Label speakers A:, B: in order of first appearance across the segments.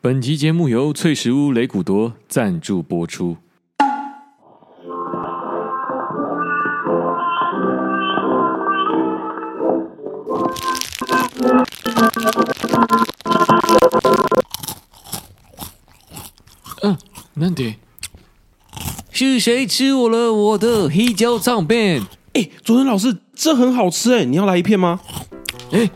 A: 本集节目由翠石屋雷古多赞助播出。嗯，难得是谁吃我了我的黑椒藏片？
B: 哎、佐藤老师，这很好吃哎，你要来一片吗？
A: 哎，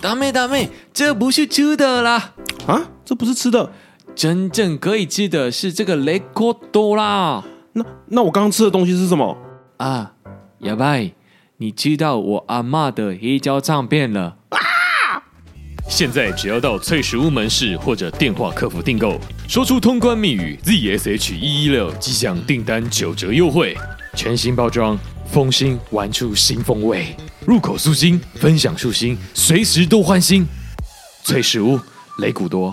A: 大妹大妹，这不是吃的啦，
B: 啊，这不是吃的，
A: 真正可以吃的是这个雷古多啦。
B: 那那我刚刚吃的东西是什么？
A: 啊，哑巴，你知道我阿嬷的黑胶唱片了。现在只要到翠食屋门市或者电话客服订购，说出通关密语 ZSH 一一六，即享订单九折优惠。全新包装，丰心玩出新风味，入口舒心，分享舒心，随时都欢心。翠食屋，雷古多。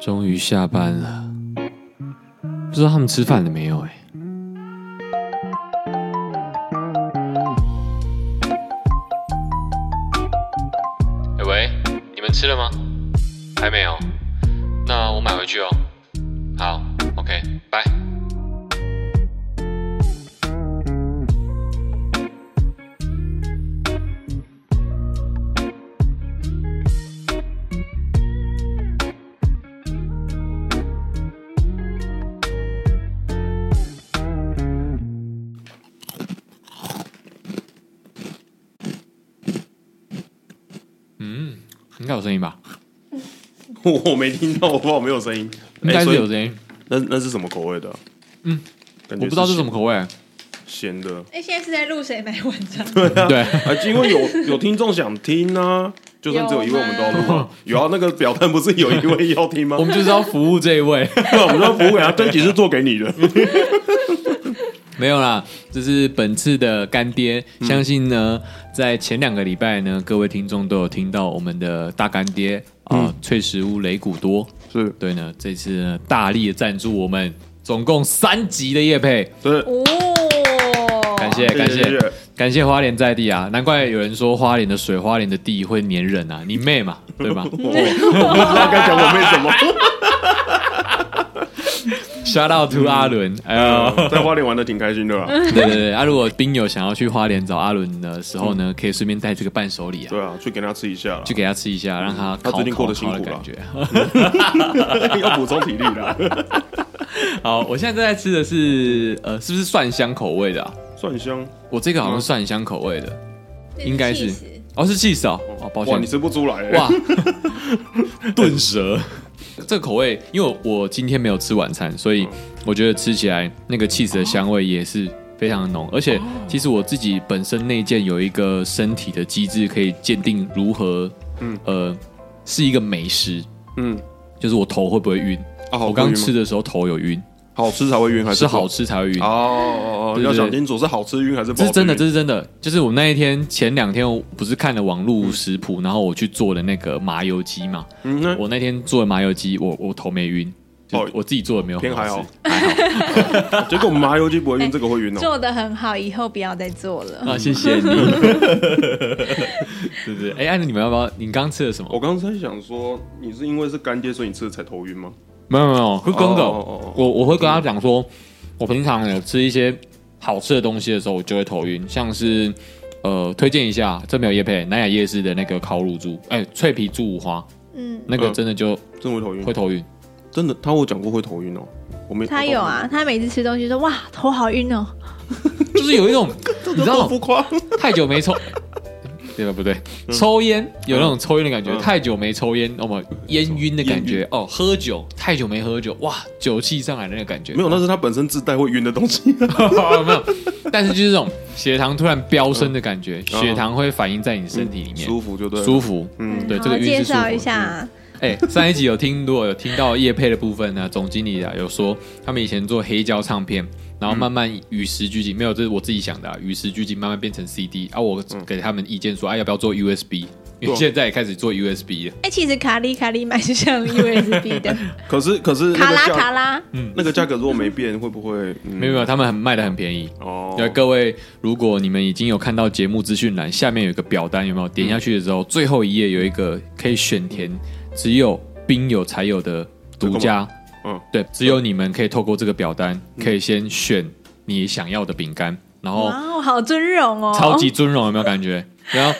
A: 终于下班了，不知道他们吃饭了没有、欸？哎，喂，你们吃了吗？还没有，那我买回去哦。好，OK，拜。应该有声音吧？
B: 哎我没听到，我不知道有没有声音。
A: 应该
B: 哎
A: 是
B: 所以
A: 有声音，
B: 那那是什么口味的啊？嗯，
A: 我不知道是什么
B: 口
A: 口味。
B: 咸的。
C: 哎、现在是在录谁买文 章？
B: 对啊，
A: 对
B: 啊，因为有有听众想听啊，就算只有一位，我们都要 录啊。有啊，那个表单不是有一位要听吗
A: 我？们就是要服务这一位。
B: 对啊，我们说服务给他，这集是做给你 的。
A: 没有啦，这是本次的干爹。相信呢，在前两个礼拜呢，各位听众都有听到我们的大干爹啊、翠食屋雷古多。
B: 是，
A: 对呢，这次呢大力的赞助我们，总共三集的业配，
B: 是，
C: 哦，
A: 感谢感谢感谢花莲在地啊！难怪有人说花莲的水、花莲的地会粘人啊，你妹 嘛，对吧
B: 我哦 我不知道该讲我妹什么，
A: ？Shout out to 阿伦，哎呦。
B: 在花莲玩的挺开心的啦。
A: 对对对，啊，如果兵友想要去花莲找阿伦的时候呢，可以顺便带这个伴手礼啊，
B: 对啊，去给他吃一下啦
A: 去。给他吃一下，让他
B: 嗯他
A: 烤
B: 最近过得
A: 烤
B: 辛
A: 烤的
B: 苦
A: 感
B: 了
A: 觉。
B: 要补充体力啦。
A: 好，我现在正在吃的是呃，是不是蒜香口味的、啊？
B: 蒜香，
A: 我这个好像
B: 嗯
A: 是蒜香口味的，应该是
C: 气死
A: 哦，是 cheese 哦，哦，抱
B: 哇，
A: 歉
B: 你，吃不出来、欸，
A: 哇， 顿舌。 这个口味，因为我今天没有吃晚餐，所以
B: 嗯
A: 我觉得吃起来那个 cheese 的香味也是非常
B: 哦
A: 浓。而且，其实我自己本身内建有一个身体的机制，可以鉴定如何，嗯，呃，是一个美食，
B: 嗯，
A: 就是我头会不会晕。
B: 啊好
A: 我刚
B: 会晕吗
A: 吃的时候头有晕，
B: 好吃才会晕还
A: 是好吃才会晕
B: 哦。哦哦，
A: 对对
B: 要
A: 对
B: 想清楚是好吃晕还是不
A: 这是
B: 好吃
A: 真
B: 晕
A: 的，这是真的。就是我那一天前两天，我不是看了网络食谱，然后我去做的那个麻油鸡嘛。
B: 嗯那
A: 我那天做的麻油鸡，我我头没晕，就
B: 哦
A: 我自己做的没有很
B: 偏还
A: 好
B: 好
A: 吃。，
B: 结果麻油鸡不会 晕，
C: 哎
B: 这个会晕哦。
C: 做的很好，以后不要再做了。
A: 啊，谢 谢你。对对，哎，按照你们要不要？你刚吃了什么？
B: 我刚才想说，你是因为是干爹，所以你吃了才头晕吗？
A: 没有没有，是真的。
B: 哦哦哦
A: 我我会跟他讲说，
B: 嗯
A: 我平常有吃一些好吃的东西的时候，我就会头晕，像是呃，推荐一下，这没有叶配南雅夜市的那个烤乳猪，哎，脆皮猪五花，
C: 嗯，
A: 那个
B: 嗯
A: 真的就
B: 真的会头晕
A: 会，头晕。
B: 真的，他跟我讲过会头晕哦。我没，
C: 他有啊，他每次吃东西说哇头好晕哦，
A: 就是有一种
B: 我
A: 你
B: 头
A: 知
B: 晕，这
A: 道
B: 多浮夸。
A: 太久没 抽，对吧？不对，抽烟有那种抽烟的感觉，
B: 嗯
A: 太久没抽烟，哦么烟晕的感觉哦，喝酒太久没喝酒，哇，酒气上来的那个感觉，
B: 没有，那是他本身自带会晕的东西。啊
A: 有 没有，但是就是这种血糖突然飙升的感觉，
B: 嗯
A: 血糖会反映在你身体里面，
B: 舒服就对了，
A: 舒服。
B: 嗯，
A: 对
C: 好
A: 这个晕是
C: 介
A: 舒服
C: 绍
A: 的
C: 一下，啊
A: 哎，上一集有听，如果有听到叶配的部分呢，总经理啊有说他们以前做黑胶唱片，然后慢慢与时俱进，没有，这是我自己想的、啊，与时俱进慢慢变成 CD
B: 嗯
A: 啊。我给他们意见说，哎、要不要做 USB？因为
B: 对
A: 现在也开始做 USB
B: 嗯
A: 了。
C: 哎、其实卡里卡里买是像 USB 的，
B: 可是可是那
C: 卡
B: 个
C: 拉
B: 价
C: 卡拉，
A: 嗯
B: 那个价格如果没变，会不会？没嗯
A: 没有没有，他们很卖的很便宜，
B: 哦，哦
A: 那各位，如果你们已经有看到节目资讯栏下面有一个表单，有没有点下去的时候，最后一页有一个可以选填只有冰友才有的独家，
B: 嗯，
A: 对，只有你们可以透过这个表单，可以先选你想要的饼干，然后
C: 哇哦，好尊荣哦，
A: 超级尊荣，有没有感觉？然后，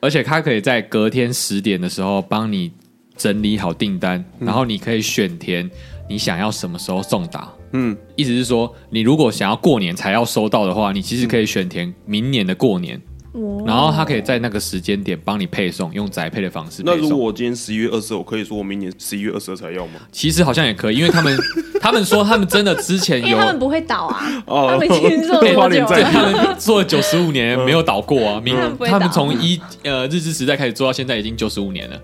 A: 而且它可以在隔天十点的时候帮你整理好订单，
C: 嗯
A: 然后你可以选填你想要什么时候送达。
B: 嗯，
A: 意思是说，你如果想要过年才要收到的话，你其实可以选填明年的过年，
C: 哇，
A: 然后它可以在那个时间点帮你配送，用宅配的方式
B: 那
A: 配
B: 如果
A: 送。
B: 我今天十一月二十，我可以说我明年十一月二十才要吗？
A: 其实好像也可以，因为他们 他们说他们真的之前
C: 因
A: 有
C: 为他们不会倒 啊，
B: 哦
C: 他们已 经做了
B: 花
C: 多
B: 莲
C: 久啊
A: 对
B: 站
C: 了？
A: 他们做了九十五年没有倒过啊，明
C: 他们不会
A: 他们
C: 倒
A: 从一呃日治时代开始做到现在已经九十五年了。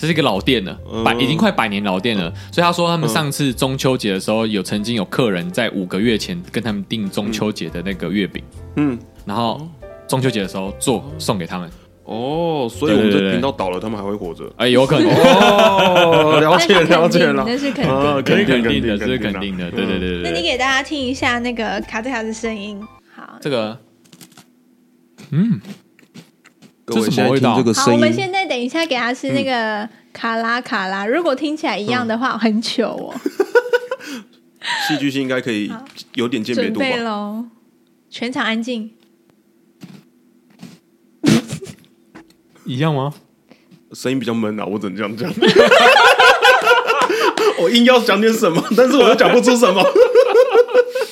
A: 这是一个老店了，百已经快百年老店了，所以他说他们上次中秋节的时候，有曾经有客人在五个月前跟他们订中秋节的那个月饼，
B: 嗯，
A: 然后中秋节的时候做送给他们，
B: 哦，所以我们
A: 对对对
B: 这
A: 对
B: 频道倒了，他们还会活着。
A: 哎，有可能，
B: 哦，了解了解了，
C: 那是肯定的那是肯定的
B: 啊，可以
A: 哦肯定 的，这
B: 肯
A: 是
B: 定
A: 肯定啊的，
B: 嗯
A: 对对对对
C: 那你
A: 对，
C: 给大家听一下那个卡特卡的声音，好，
A: 这个
B: 各位
A: 这是什么
B: 现在
A: 味
B: 听
A: 道
B: 这个
C: 好，我
B: 声
C: 们
B: 音，嗯
C: 现在等一下给他吃那个卡拉卡拉，如果听起来一样的话，很糗哦，
B: 嗯戏剧性应该可以有点鉴别
C: 准
B: 度
C: 备
B: 吧？
C: 喽，全场安静，
A: 一样吗？
B: 声音比较闷啊，我只能这样 讲。我硬要讲点什么， 但是我又讲不出什 么。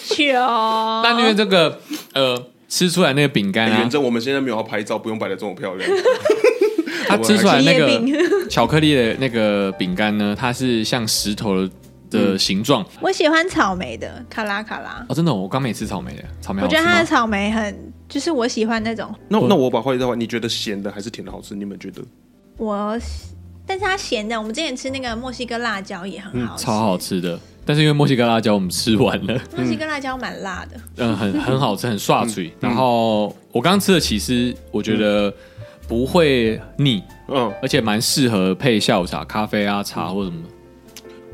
C: 糗，哦
A: 但因为这个呃，吃出来那个饼干啊
B: 元，正，我们现在没有要拍照，不用摆的这么漂亮。
A: 它吃出来那
C: 职业
A: 个巧克力的那个饼干呢，它是像石头
C: 嗯
A: 的形状。
C: 我喜欢草莓的卡拉卡拉，
A: 哦，真的，我刚没吃草莓的，草莓
C: 我
A: 好
C: 觉
A: 吃
C: 得它的
A: 吗？
C: 草莓很，就是我喜欢那种，
B: 那那我把话题再换，你觉得咸的还是甜的好吃？你们觉得？
C: 我喜，但是它咸的，我们之前吃那个墨西哥辣椒也很
B: 嗯
C: 好吃，
A: 超好吃的。但是因为墨西哥辣椒我们吃完了，
C: 墨西哥辣椒蛮辣的，
A: 嗯，很很好吃，很刷嘴。
C: 嗯
A: 然后我刚吃的起司，我觉得不会腻，
B: 嗯，
A: 而且蛮适合配下午茶、咖啡啊、茶或什么。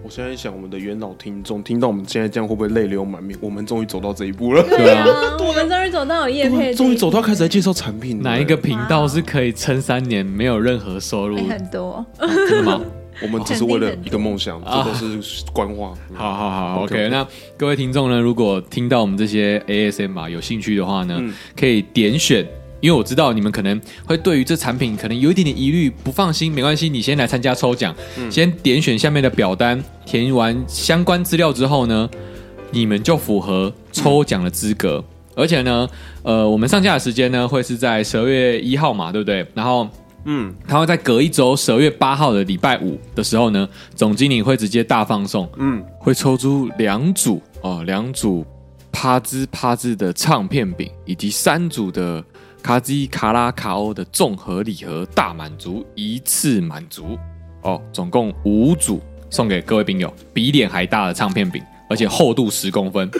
B: 我现在想，我们的元老听众听到我们现在这样，会不会泪流满面？我们终于走到这一步了，啊
A: 对 啊，
C: 我们终于走到有叶配，
B: 终于走到开始来介绍产品了
A: 哪一个？频道是可以撑三年没有任何收入
C: 哎？很多，
A: 真的吗？
B: 我们只是为了一个梦想，这都是官话。
A: 啊 好好好
B: OK，
A: ，OK。那各位听众呢，如果听到我们这些 ASM 啊有兴趣的话呢，可以点选。因为我知道你们可能会对于这产品可能有一点点疑虑，不放心，没关系，你先来参加抽奖，先点选下面的表单，填完相关资料之后呢，你们就符合抽奖的资格。而且呢，呃，我们上架的时间呢会是在十二月一号嘛，对不对？然后
B: 嗯，
A: 他会在隔一周，十二月八号的礼拜五的时候呢，总经理会直接大放送，
B: 嗯
A: 嗯，会抽出两组哦，两组啪兹啪兹的唱片饼，以及三组的卡兹卡拉卡欧的综合礼盒大满足，一次满足哦，总共五组送给各位饼友，比脸还大的唱片饼，而且厚度十公分，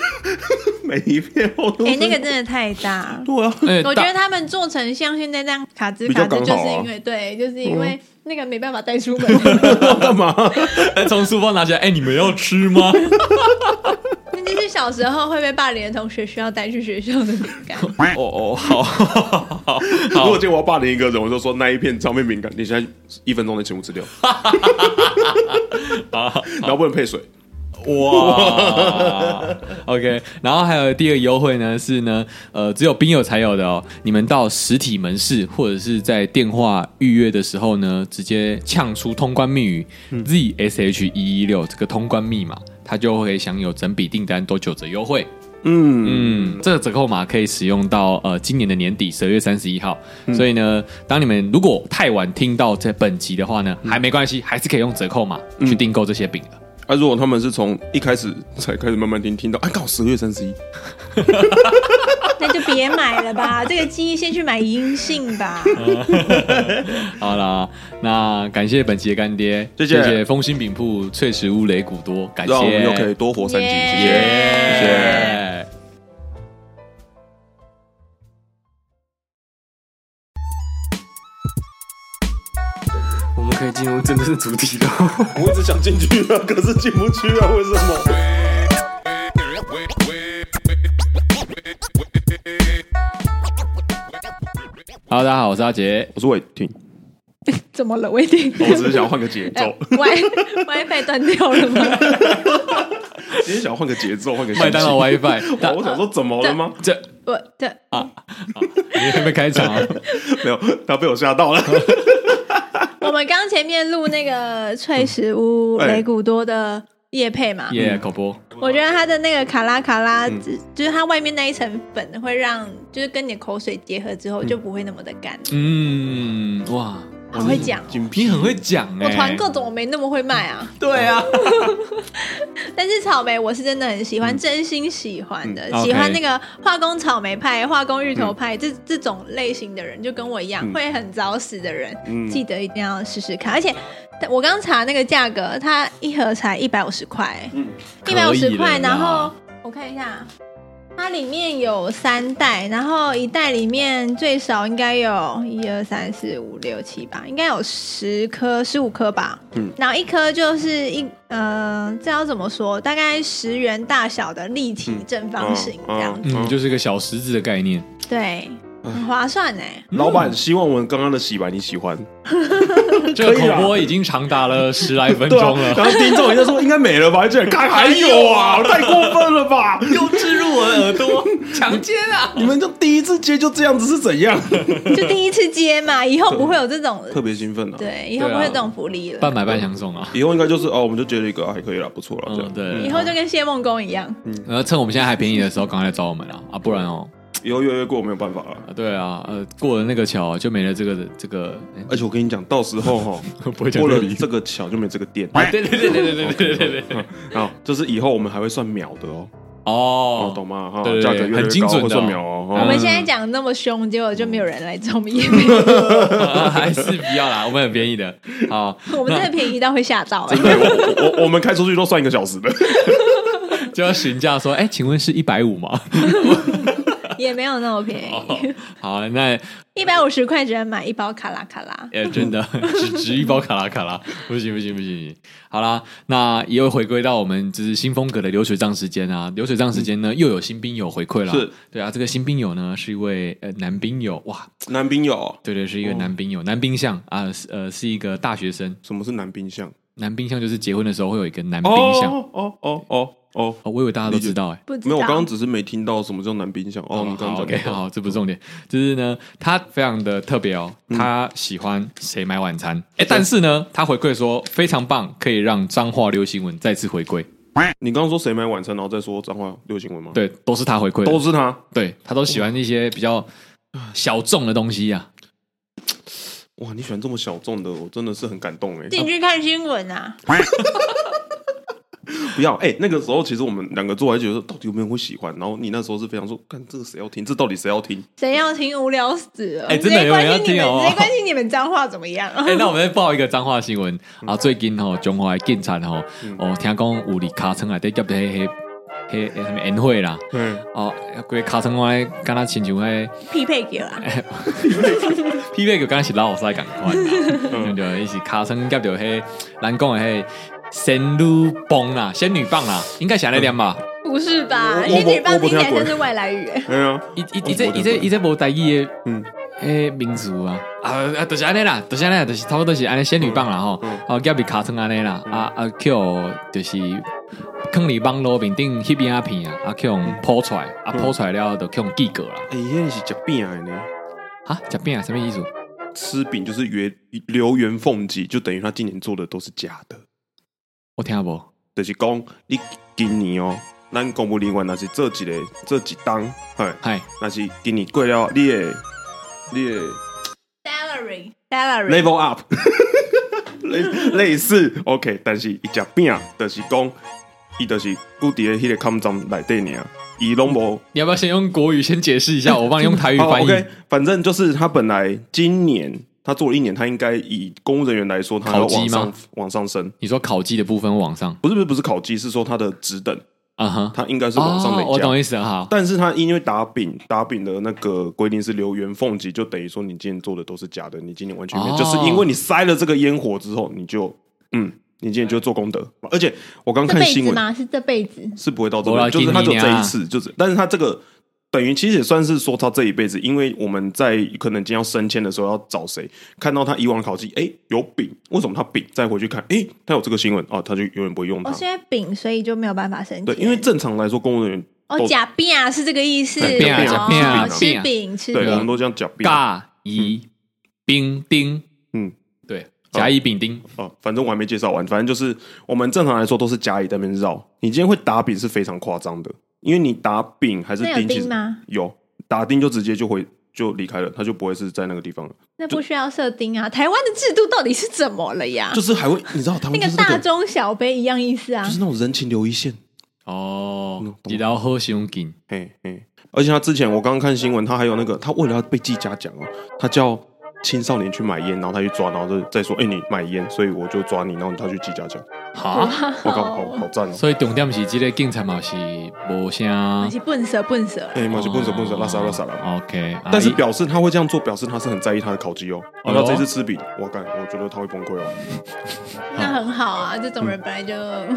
B: 每一片我都
C: 哎、
B: 是
C: 那个真的太大了。
B: 对啊，
A: 哎
C: 我觉
A: 大
C: 得他们做成像现在这样卡兹
B: 比较
C: 卡
B: 刚
C: 兹，就
B: 好
C: 是
B: 啊
C: 因为、对，就是因为那个没办法带 出门，
B: 干嘛？
A: 哎从书包拿起来，哎，你们要吃 吗？
C: 那就是小时候会被霸凌的同学需要带去学校的饼干。
A: 哦哦，好，
B: 如果今天我要霸凌一个人，我就说那一片照片敏感，你现在一分钟内全部吃掉，
A: 啊
B: 然后不能配水。
A: 哇 ，OK，然后还有第二个优惠呢是呢，呃，只有冰友才有的哦。你们到实体门市或者是在电话预约的时候呢，直接呛出通关密语、ZSH 一一 E 六这个通关密码，它就会享有整笔订单都九折优惠。
B: 嗯，
A: 嗯，这个折扣码可以使用到呃今年的年底十二月三十一号，所以呢，当你们如果太晚听到这本集的话呢，还没关系，还是可以用折扣码去订购这些饼的。
B: 啊，如果他们是从一开始才开始慢慢听，听到啊，刚好十月三十一，
C: 那就别买了吧，这个记忆先去买银杏吧。
A: 好啦，那感谢本期的干爹，
B: 谢谢
A: 谢风心饼铺脆食屋雷古多，感谢，
B: 让我们又可以多活三斤。谢谢。
A: 耶
B: 谢
C: 谢
D: 我们可以进入真正的主题了。
B: 我一直想进去啊，可是进不去啊，为什么？
A: Hello，大家好，我是阿杰。
B: 我是伟霆，
C: 怎么了，我有 点
B: 我只是想换个节 奏，
C: ，Wi WiFi 断掉了吗？
B: 只是想换个节奏，换个心
A: 麦
B: 情
A: 当劳 WiFi，大
B: 哦我想说怎么了吗？
A: 这
C: 我的
A: 你还没开场、啊？
B: 没有，他被我吓到了。
C: 我们刚前面录那个脆食屋
B: 哎
C: 雷古多的叶配嘛，
A: 耶、口播
C: 我觉得它的那个卡拉卡拉，
A: 嗯
C: 只就是它外面那一层粉会让，就是跟你的口水结合之后就不会那么的干。
A: 嗯，哇，
C: 好会讲哦，
B: 嗯
A: 你很会讲哎、
C: 我团购怎么没那么会卖啊？
A: 对啊，
C: 但是草莓我是真的很喜欢，真心喜欢的，
A: 嗯
C: 喜欢
A: OK 嗯
C: 那个化工草莓派、化工芋头派、这这种类型的人，就跟我一样、会很早死的人，
B: 嗯
C: 记得一定要试试看。而且我刚查那个价格，它一盒才一百五十块，
B: 嗯
C: 一百五
A: 可以
C: 十
A: 了
C: 块，
A: 啦
C: 然后我看一下。它里面有三袋，然后一袋里面最少应该有一二三四五六七八，应该有十颗、十五颗吧。
B: 嗯
C: 然后一颗就是一呃，这要怎么说？大概十元大小的立体正方形
B: 嗯
C: 这样子，
A: 嗯，就是个小石子的概念。
C: 对，
B: 嗯
C: 很划算欸呢。
B: 老板，希望我们刚刚的洗白你喜欢。
A: 这个
B: 可以啦
A: 口播已经长达了十来分
B: 对
A: 钟
B: 啊，
A: 了，
B: 然后听众人家说应该没了吧，竟然看还有啊，太过分了吧！
A: 又置入我的耳 朵，强奸啊！
B: 你们就第一次接就这样子是怎样？
C: 就第一次接嘛，以后不会有这种，
B: 特别兴奋啊！
C: 对，以后不会有这种福利了
A: 半。买半相送啊！
B: 以后应该就是哦，我们就接了一个，啊还可以了，不错了，嗯这
A: 嗯，
B: 样。
C: 以
A: 对。
C: 后就跟谢梦工一样，
A: 然后趁我们现在还便宜的时候，赶快来找我们啊！啊，不然哦，
B: 以后越来越过没有办法了。
A: 啊对啊，呃，过了那个桥就没了这个这个，哎
B: 而且我跟你讲，到时候哈，
A: 不会讲
B: 过
A: 这
B: 了
A: 个理由
B: 这个桥就没这个店。
A: 啊 对对对对对对对对对，
B: 啊，就是以后我们还会算秒的哦，哦
A: 哦，，
B: 懂吗？哈
A: 对，对
B: 价格越来越
A: 很精准的哦
B: 高会算秒哦。
C: 我
B: 哈
C: 们现在讲那么凶，结果就没有人来 中夜
A: 还是不要啦，我们很便宜的。好，
C: 我们真的便宜到会吓到、欸，
B: 对我 我我我们开出去都算一个小时的，
A: 就要询价说，哎，请问是一百五吗？
C: 也没有那么便
A: 哦
C: 宜，
A: 好，那
C: 一百五十块只能买一包卡拉卡拉。
A: 呃，真的 只值一包卡拉卡拉，不行不行不行不行。好啦，那也有回归到我们就是新风格的流水账时间啊，流水账时间呢、又有新兵友回馈了，
B: 是，
A: 对啊，这个新兵友呢是一位呃男兵友，哇，
B: 男兵友，
A: 对对，是一个男兵友，男兵相啊，是呃是一个大学生，
B: 什么是男兵相？
A: 男兵相就是结婚的时候会有一个男兵相，哦
B: 哦哦哦哦哦，
A: 我以为大家都知道哎、
C: 不知
B: 没
C: 道，
B: 有，我刚刚只是没听到什么叫男兵相。哦，你刚
A: 好
B: 刚
A: ，OK，
B: 讲的
A: 好，这不是重点，就是呢，他非常的特别哦，他喜欢谁买晚餐，哎、但是呢，他回馈说非常棒，可以让脏话流行文再次回归。
B: 你刚刚说谁买晚餐，然后再说脏话流行文吗？，
A: 对，都是他回馈的，
B: 都是他。
A: 对他都喜欢一些比较呃小众的东西啊呀、
B: 哇，你喜欢这么小众的，我真的是很感动哎。
C: 进去看新闻啊，
B: 不要哎、那个时候其实我们两个做还觉得到底有没有人会喜欢，然后你那时候是非常说，看这个谁要听，这到底谁要听？
C: 谁要听无聊死了？
A: 哎
C: 直
A: 真的
C: 接
A: 有人
C: 关
A: 要
C: 心你
A: 听
C: 们，
A: 哦
C: 直接关心你们脏话怎么 样？
A: 哎、那我们再报一个脏话新闻啊！最近吼、中华的警察吼、哦，听讲有里卡村内底夹着迄迄迄迄什么宴会啦，
B: 嗯，
A: 哦，规个卡村外敢若亲像迄
C: 匹配给啊啦，
B: 哎
A: 匹配个敢若是老师共款啦，对不对？伊是卡村夹着迄咱讲的迄仙女棒啦，仙女棒啦，应该是安尼念吧？
C: 不是吧？
B: 我
C: 仙女
B: 我
C: 棒
B: 不
C: 听
B: 我不
C: 起来
B: 听过
C: 像是外来语、哎
B: 对啊，
A: 伊伊伊这伊这伊这无代志的。
B: 嗯，
A: 诶，民族啊，啊啊，就是安尼啦，就是安尼啦，就是差不多是安尼仙女棒啦吼，哦，夹比卡成安尼啦，啊啊，Q 就是坑里网络面顶迄边啊片啊，啊 Q 用抛出来，啊抛出来了就 Q 用记过啦，
B: 哎、欸，那是吃饼的呢，
A: 啊，食饼啊，什么意思？
B: 吃饼就是圆流圆凤髻，就等于他今年做的都是假的，
A: 我听无，
B: 就是讲你今年哦、咱公务人员若是做一个做一档，嘿，
A: 嗨，
B: 若是今年过了你的你的
C: salary salary
B: level up，类类似 OK，但是伊食饼就是讲，伊就是固伫诶迄个抗战内底尔，伊拢无。
A: 你要不要先用国语先解释一下？我帮你用台语
B: 好
A: 翻译。
B: ，OK，反正就是他本来今年他做了一年，他应该以公务人员来说，他要
A: 考绩
B: 往上
A: 吗
B: 往上升，
A: 你说烤鸡的部分往上，
B: 不是不是不是考绩，是说他的职等，
A: 啊哈，
B: 他应该是往上
A: 哦我
B: 累加。
A: 懂意思了，好，
B: 但是他因为打饼打饼的那个规定是留圆缝级，就等于说你今天做的都是假的，你今年完全没有，
A: 哦
B: 就是因为你塞了这个烟火之后，你就嗯，你今年就做功德。而且我刚
C: 这
B: 看
C: 辈
B: 新
C: 子
B: 闻嗯
C: 吗？是这辈子。
B: 是不会到这
A: 我要
B: 边，就是他
A: 给
B: 就
A: 你
B: 这
A: 啊
B: 一次，就是但是他这个等于其实也算是说他这一辈子，因为我们在可能今天要升迁的时候要找谁，看到他以往的考绩，哎、有丙，为什么他丙？再回去看，哎、他有这个新闻哦，他就永远不会用它。
C: 哦，是因为丙，所以就没有办法升
B: 对，
C: 迁。
B: 因为正常来说，公务人员
C: 哦，
B: 都
C: 假病啊是这个意思，
B: 对假病
A: 啊
C: 哦
A: 假病
C: 吃
A: 啊
C: 饼吃
B: 对，我们
C: 饼，
B: 都这样讲丙。
A: 尬乙丙丁，
B: 嗯，
A: 对，甲乙丙丁，
B: 哦，反正我还没介绍完，反正就是我们正常来说都是甲乙在那边绕，你今天会打丙是非常夸张的，因为你打丙还是
C: 那有
B: 丁，其
C: 钉
B: 实
C: 吗
B: 有打丁就直接就回就离开了，他就不会是在那个地方了，
C: 那不需要设定啊。台湾的制度到底是怎么了呀
B: 就？是还会你知道他们
C: 那
B: 就
C: 个
B: 是那
C: 大
B: 个
C: 中小杯一样意思啊
B: 就。是那种人情留一线，
A: 哦
B: 嗯，懂
A: 一道好胸筋，
B: 嘿嘿，而且他之前我刚刚看新闻，他还有那个他为了要被记嘉奖哦，他叫。青少年去买烟，然后他去抓，然后就再说：“哎、你买烟，所以我就抓你。”然后他去记嘉 奖，
A: 哈，
B: 我靠，好好赞 哦！
A: 所以重点是这个警察嘛是无
C: 你
A: 啥，
C: 是笨蛇笨蛇，
B: 哎、马西不舍不舍，拉萨拉萨拉。
A: OK，啊
B: 但是
A: 伊
B: 表示他会这样做，表示他是很在意他的烤鸡哦。
A: 哎
B: 然
A: 呦
B: 后他这次吃饼，我干，我觉得他会崩溃 哦。
C: 那很好啊。这种人本来就
A: 嗯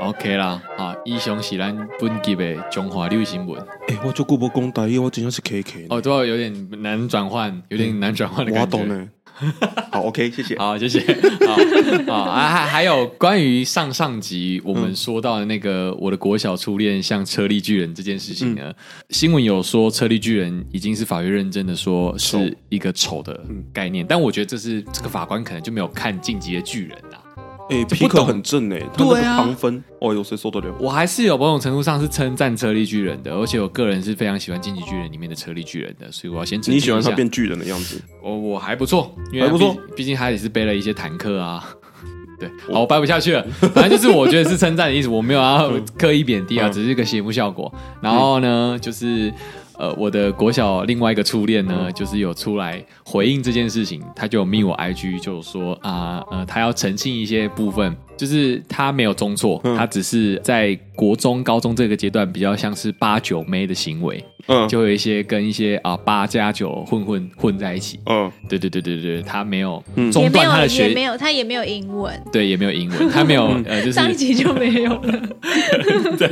A: OK 啦，啊，以上是咱本集的中华六新闻。
B: 哎、我就顾不公打，因为我真的是 KK
A: 哦，
B: 哦，
A: 都要有点难转换，有点难转换的
B: 我
A: 感觉。
B: 懂呢。 好，OK，谢谢。
A: 好，谢谢。好，好啊，还还有关于上上集我
B: 嗯
A: 们说到的那个我的国小初恋像车力巨人这件事情
B: 嗯
A: 呢，新闻有说车力巨人已经是法院认证的，说是一个丑的
B: 嗯
A: 概念，但我觉得这是这个法官可能就没有看《晋级的巨人》啊。
B: 哎、皮
A: 不
B: 克
A: 懂
B: 很正哎、他那个
A: 对啊
B: 糖分，哦，有谁受得了？
A: 我还是有某种程度上是称赞车力巨人的，而且我个人是非常喜欢《晋级巨人》里面的车力巨人的，所以我要先澄清
B: 你喜欢他
A: 一下
B: 变巨人的样子？
A: 我哦我还不错，因为
B: 还不错
A: 毕，毕竟他也是背了一些坦克啊。对，好，我掰不下去了。反正就是我觉得是称赞的意思，我没有要刻意贬低啊，
B: 嗯
A: 只是一个节目效果。然后呢，就是呃，我的国小另外一个初恋
B: 嗯
A: 呢，就是有出来回应这件事情，他就有密我 IG 就说啊呃，他要澄清一些部分，就是他没有中错，
B: 嗯
A: 他只是在国中、高中这个阶段比较像是八九妹的行为，
B: 嗯，
A: 就有一些跟一些啊八加九混混混在一起。
B: 嗯，
A: 对对对对对，他没有
B: 嗯
A: 中
C: 也没
A: 断他
C: 有
A: 的
C: 也
A: 学，
C: 没有他也没有英文，
A: 对，也没有英文，他 没有呃，就是
C: 上一集就没有了。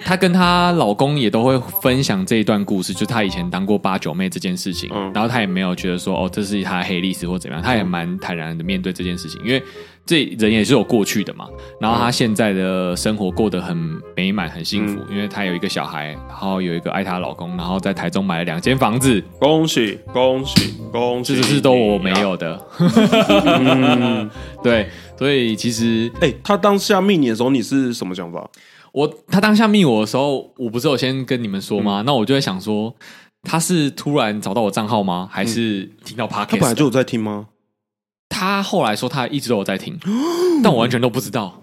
A: 她跟她老公也都会分享这一段故事，就她以前当过八九妹这件事情，
B: 嗯
A: 然后她也没有觉得说哦这是她的黑历史或怎么样，她也蛮坦然的面对这件事情，因为这人也是有过去的嘛。然后她现在的生活过得很美满、很幸福，
B: 嗯
A: 因为她有一个小孩，然后有一个爱她的老公，然后在台中买了两间房子，
B: 恭喜恭喜恭
A: 这
B: 喜！嗯
A: 就是都我没。有嗯的。对，所以其实
B: 哎、他当下命你的时候，你是什么想法？
A: 我他当下密我的时候，我不是有先跟你们说
B: 嗯
A: 吗？那我就在想说，他是突然找到我账号吗？还是听到 podcast？
B: 嗯他本来就有在听吗？
A: 他后来说他一直都有在听，
B: 哦
A: 但我完全都不知道。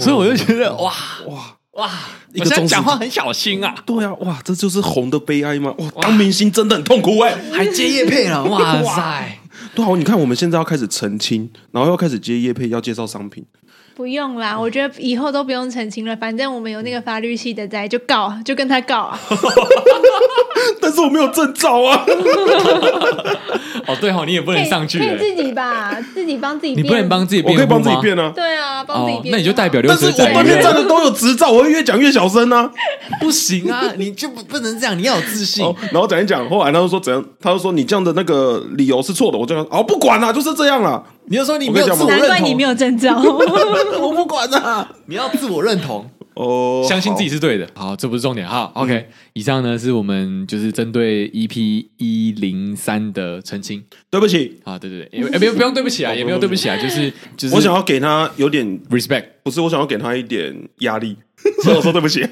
A: 所以我就觉得哇哇哇，
B: 一
A: 我现
B: 个
A: 在
B: 忠实
A: 讲话很小心啊，
B: 对啊，哇，这就是红的悲哀吗？哇，当明星真的很痛苦哎、
A: 还接叶配了，哇塞！
B: 对啊，你看我们现在要开始澄清，然后要开始接叶配，要介绍商品。
C: 不用啦，我觉得以后都不用澄清了，反正我们有那个法律系的在，就告啊，就跟他告 啊。
B: 但是我没有证照啊。
A: 哦对哦，你也不
C: 可
A: 能
C: 以
A: 上去
C: 可以
A: 欸，
C: 自己吧，自己帮自己
A: 你
C: 编，
A: 不能帮自己
B: 我
A: 辩
B: 可以
A: 护
B: 帮自己
A: 吗？
B: 变啊。
C: 对啊，帮自己
A: 哦，
C: 编、
A: 那你就代表。六
B: 但是
A: 十
B: 我
A: 载
B: 半天
A: 人
B: 站的都有执照，我会越讲越小声啊。
A: 不行啊，你就不不能这样，你要有自信
B: 哦，然后讲一讲，后来他就说怎样，他就说你这样的那个理由是错的，我就哦不管啦、就是这样啦、
A: 你就说你
B: 没有自我
C: 难怪你没有证 照，
A: 我不管啊，你要自我认同，
B: 哦，
A: 相信自己
B: 好。嗯
A: 是对的。好，这不是重点哈。OK，、以上呢是我们就是针对 EP 一零三的澄清
B: 对不起，
A: 啊，对对对，也没有不用对不 起啊，也没有对不起啊，就是就是
B: 哦我想要给他有点，
A: respect。
B: 不是我想要给他一点压 力，所以我说对不起。 哦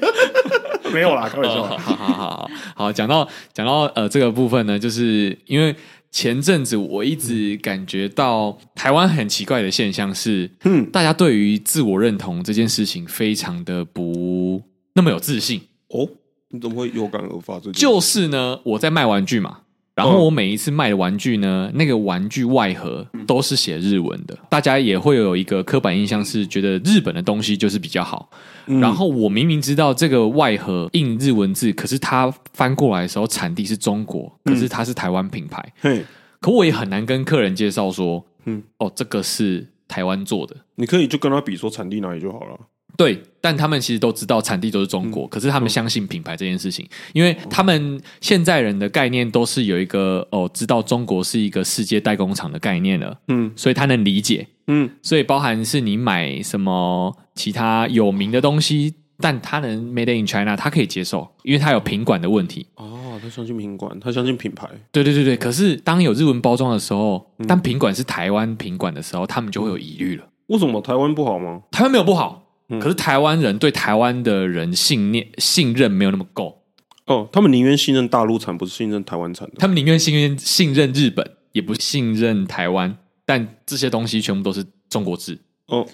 B: 没有啦，开玩笑
A: 好
B: 啦。
A: 好好好好，讲到讲到呃这个部分呢，就是因为前阵子我一直感觉到台湾很奇怪的现象是，嗯，大家对于自我认同这件事情非常的不那么有自信。
B: 哦，你怎么会有感而发？这
A: 就是呢，我在卖玩具嘛，然后我每一次卖的玩具呢，那个玩具外盒都是写日文的，大家也会有一个刻板印象是觉得日本的东西就是比较好。
B: 嗯
A: 然后我明明知道这个外盒印日文字，可是它翻过来的时候产地是中国，可是它是台湾品牌，
B: 嘿，
A: 可我也很难跟客人介绍说，
B: 嗯
A: 嗯，哦，这个是台湾做的。
B: 你可以就跟他比说产地哪里就好了。
A: 对，但他们其实都知道产地都是中国，可是他们相信品牌这件事情，因为他们现在人的概念都是有一个哦，知道中国是一个世界代工厂的概念了，
B: 嗯
A: 所以他能理解。
B: 嗯，
A: 所以包含是你买什么其他有名的东西，但他能 Made in China，他可以接受，因为他有品管的问题。
B: 哦，他相信品管，他相信品牌，
A: 对对对对，可是当有日文包装的时候，当品管是台湾品管的时候，他们就会有疑虑了。
B: 为什么台湾不好吗？
A: 台湾没有不好，
B: 嗯
A: 可是台湾人对台湾的人信念信任没有那么够，
B: 哦，他们宁愿信任大陆产，不是信任台湾产的。
A: 他们宁愿信任信任日本，也不信任台湾。但这些东西全部都是中国制。
B: 哦，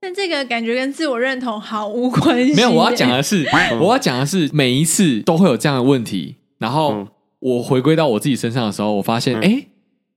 C: 但这个感觉跟自我认同毫无关系。
A: 没有，我要讲的是，
C: 嗯
A: 我要讲的是，每一次都会有这样的问题。然后
B: 嗯
A: 我回归到我自己身上的时候，我发现，
B: 嗯
A: 哎、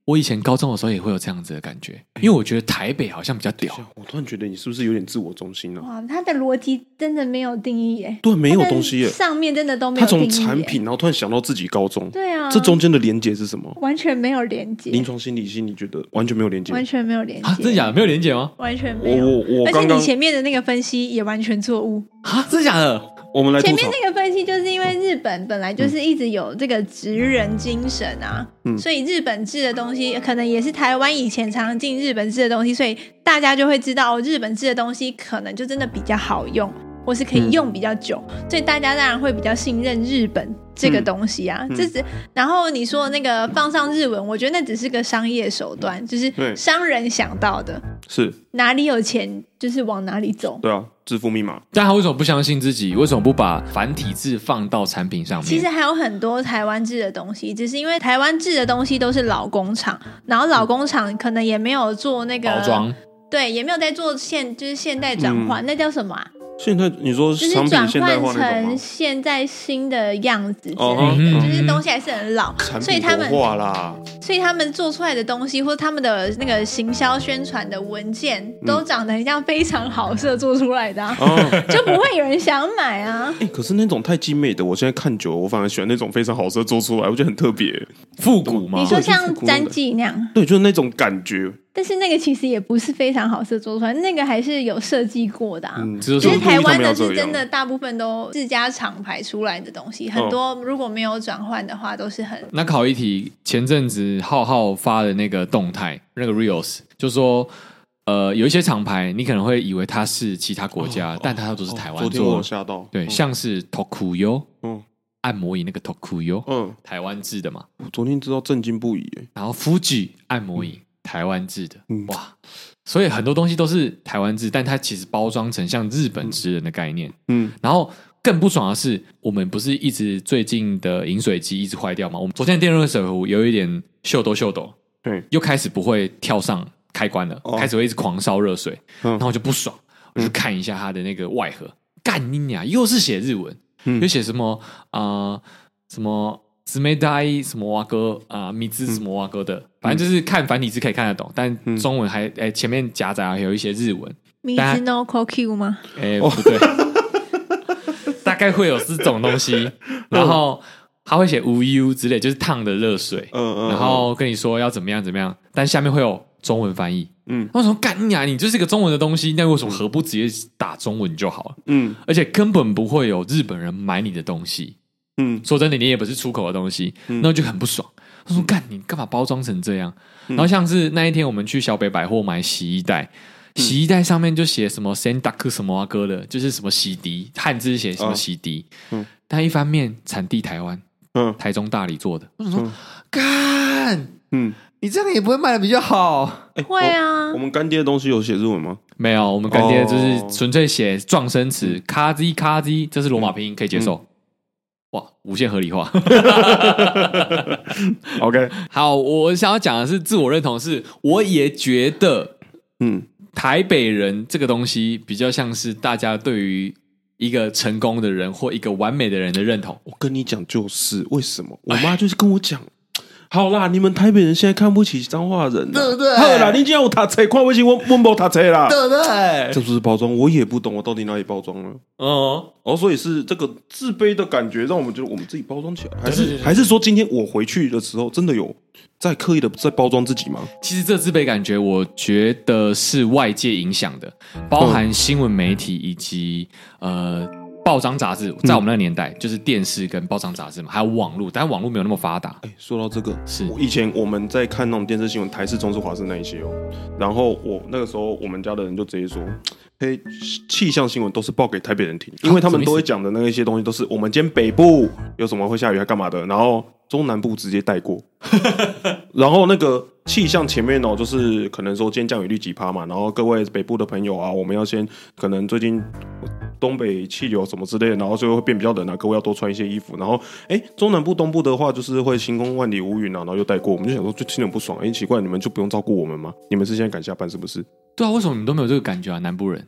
A: 我以前高中的时候也会有这样子的感觉，
C: 嗯
A: 因为我觉得台北好像比较屌。
B: 我突然觉得你是不是有点自我中心了、啊
C: 哇，他的逻辑真的没有定义耶，
B: 对，没
C: 没
B: 有东西耶。
C: 上面真的都没
B: 他
C: 有定义
B: 从
C: 耶。
B: 产品，然后突然想到自己高中，
C: 对啊，
B: 这中间的连接是什么？
C: 完全没有连接，
B: 临床心理系你觉得完全没有连接？
C: 完全没有连接，
A: 啊，真的假的？没有连结吗？
C: 完全没
B: 我
C: 有。
B: 我哦我
C: 而且
B: 刚刚
C: 你前面的那个分析也完全错误。
A: 啊，真的假的？
B: 我们来
C: 前
B: 哎吐
C: 面
B: 槽，
C: 那个分析就是因为日本本来就是一直有这个职人精神啊，
B: 嗯
C: 所以日本制的东西可能也是台湾以前常进日本制的东西，所以大家就会知道、哦、日本制的东西可能就真的比较好用，或是可
B: 嗯
C: 以用比较久，所以大家当然会比较信任日本这个东西啊。
B: 嗯
C: 这是然后你说那个放上日文，我觉得那只是个商业手段，就是
B: 对
C: 商人想到的，
B: 是
C: 哪里有钱就是往哪里走。
B: 对啊，致富密码
A: 但他为什么不相信自己？为什么不把繁体字放到产品上面？
C: 其实还有很多台湾制的东西，只是因为台湾制的东西都是老工厂，然后老工厂可能也没有做那个
A: 包，装
C: 对，也没有在做现就是现代转换，那叫什么啊？
B: 现在你说
C: 就是
B: 嗯商
C: 转
B: 品现代化
C: 换
B: 那种
C: 成
B: 吗？
C: 现在新的样子之类的，
B: 哦
A: 嗯哼
C: 就是东西还是很老，
B: 产
C: 所以
B: 品
C: 他们
B: 活化啦，
C: 所以他们做出来的东西或他们的那个行销宣传的文件，都长得很像非常好色做出来的、啊，
B: 嗯哦，
C: 就不会有人想买啊。
B: 哎，可是那种太精美的，我现在看久了，我反而喜欢那种非常好色做出来，我觉得很特别。
A: 复古吗
C: 你？
B: 对哦就
C: 说
B: 是
C: 像
B: 古董的
C: 詹记那样。
B: 对，就是那种感觉，
C: 但是那个其实也不是非常好色做出来，那个还是有设计过的啊。
B: 嗯，
A: 只是
C: 其
A: 说
C: 实台湾的
B: 就是故意他们
C: 真
B: 要这
C: 的，
B: 样
C: 大部分都自家厂牌出来的东西，很多如果没有转换的话，都是很
A: 那考一题，前阵子浩浩发的那个动态，那个 reels 就说，呃，有一些厂牌你可能会以为它是其他国家，
B: 哦
A: 但它都是台湾
B: 昨天我
A: 做
B: 有
A: 的。
B: 吓到，
A: 对，
B: 嗯
A: 像是 Tokuyo
B: 嗯
A: 按摩椅那个 Tokuyo，
B: 嗯，
A: 台湾制的嘛，
B: 我昨天知道震惊不已，哎
A: 然后 Fuji 按摩椅台湾制的，
B: 嗯
A: 哇！所以很多东西都是台湾制，但它其实包装成像日本职人的概念。
B: 嗯，
A: 然后更不爽的是，我们不是一直最近的饮水机一直坏掉吗？我们昨天的电热水壶有一点秀抖秀抖，
B: 对，
A: 又开始不会跳上开关了，
B: 哦
A: 开始会一直狂烧热水，
B: 嗯
A: 然后我就不爽，我就看一下它的那个外盒，干你娘，又是写日文，
B: 嗯
A: 又写什么啊、呃什么。姊妹呆什么蛙哥啊，米兹什么蛙哥的，反正就是看繁体字可以看得懂，但
B: 嗯
A: 中文还哎、前面夹杂有一些日文，大家
C: Mizuno CoQ 吗？
A: 哎、
B: 哦
A: 不对， 大概会有这种东西，
B: 哦
A: 然后他会写无忧之类，就是烫的热水，
B: 嗯嗯，
A: 然后跟你说要怎么样怎么样，但下面会有中文翻译。
B: 嗯
A: 我想说干你啊，你就是一个中文的东西，那为什么何不直接打中文就好了？
B: 嗯
A: 而且根本不会有日本人买你的东西。
B: 嗯
A: 说真的，你也不是出口的东西，
B: 嗯
A: 那就很不爽。他说：“干，你干嘛包装成这样？”
B: 嗯
A: 然后像是那一天我们去小北百货买洗衣袋，
B: 嗯
A: 洗衣袋上面就写什么 “sendaku” 什么啊哥的，就是什么洗涤，汉字写什么
B: 哦
A: 洗涤。
B: 嗯
A: 但一翻面产地台湾，
B: 嗯
A: 台中大理做的。我想说
B: 嗯，
A: 干，
B: 嗯，
A: 你这样也不会卖的比较好。
B: 哎
C: 会啊
B: 我，们干爹的东西有写日文吗？
A: 没有，我们干爹就是
B: 哦
A: 纯粹写撞声词，咔叽咔叽，这是罗马拼音，可以接受。哇，无限合理化。
B: OK，
A: 好，我想要讲的是自我认同是，我也觉得
B: 嗯
A: 台北人这个东西比较像是大家对于一个成功的人或一个完美的人的认同。
B: 我跟你讲，就是为什么
A: 哎
B: 我妈就是跟我讲，好啦，你们台北人现在看不起彰化人、啊，对不对？好啦，你今天有读册，看不起我，我没读册啦，对不对？这不是包装，我也不懂，我到底哪里包装了。
A: 哦，
B: 哦，所以是这个自卑的感觉，让我们觉得我们自己包装起来，还是
A: 对对对
B: 还是说今天我回去的时候，真的有在刻意的 在包装自己吗？
A: 其实这自卑感觉，我觉得是外界影响的，包含新闻媒体以及呃报章杂志，在我们那个年代、就是电视跟报章杂志嘛，还有网络，但网络没有那么发达。
B: 哎，说到这个，
A: 是
B: 我以前我们在看那种电视新闻，台视、中视、华视那一些哦、然后我那个时候我们家的人就直接说，嘿，气象新闻都是报给台北人听，因为他
A: 什么
B: 们
A: 意思
B: 都会讲的那一些东西都是我们今天北部有什么会下雨还干嘛的，然后中南部直接带 过，然后那个。气象前面哦，就是可能说今天降雨率几趴嘛，然后各位北部的朋友啊，我们要先可能最近东北气流什么之类的，然后最后会变比较冷啊，各位要多穿一些衣服。然后，哎，中南部、东部的话，就是会晴空万里无云啊，然后又带过。我们就想说，就听得很不爽，哎，奇怪，你们就不用照顾我们吗？你们是现在赶下班是不是？
A: 对啊，为什么你们都没有这个感觉啊？南部人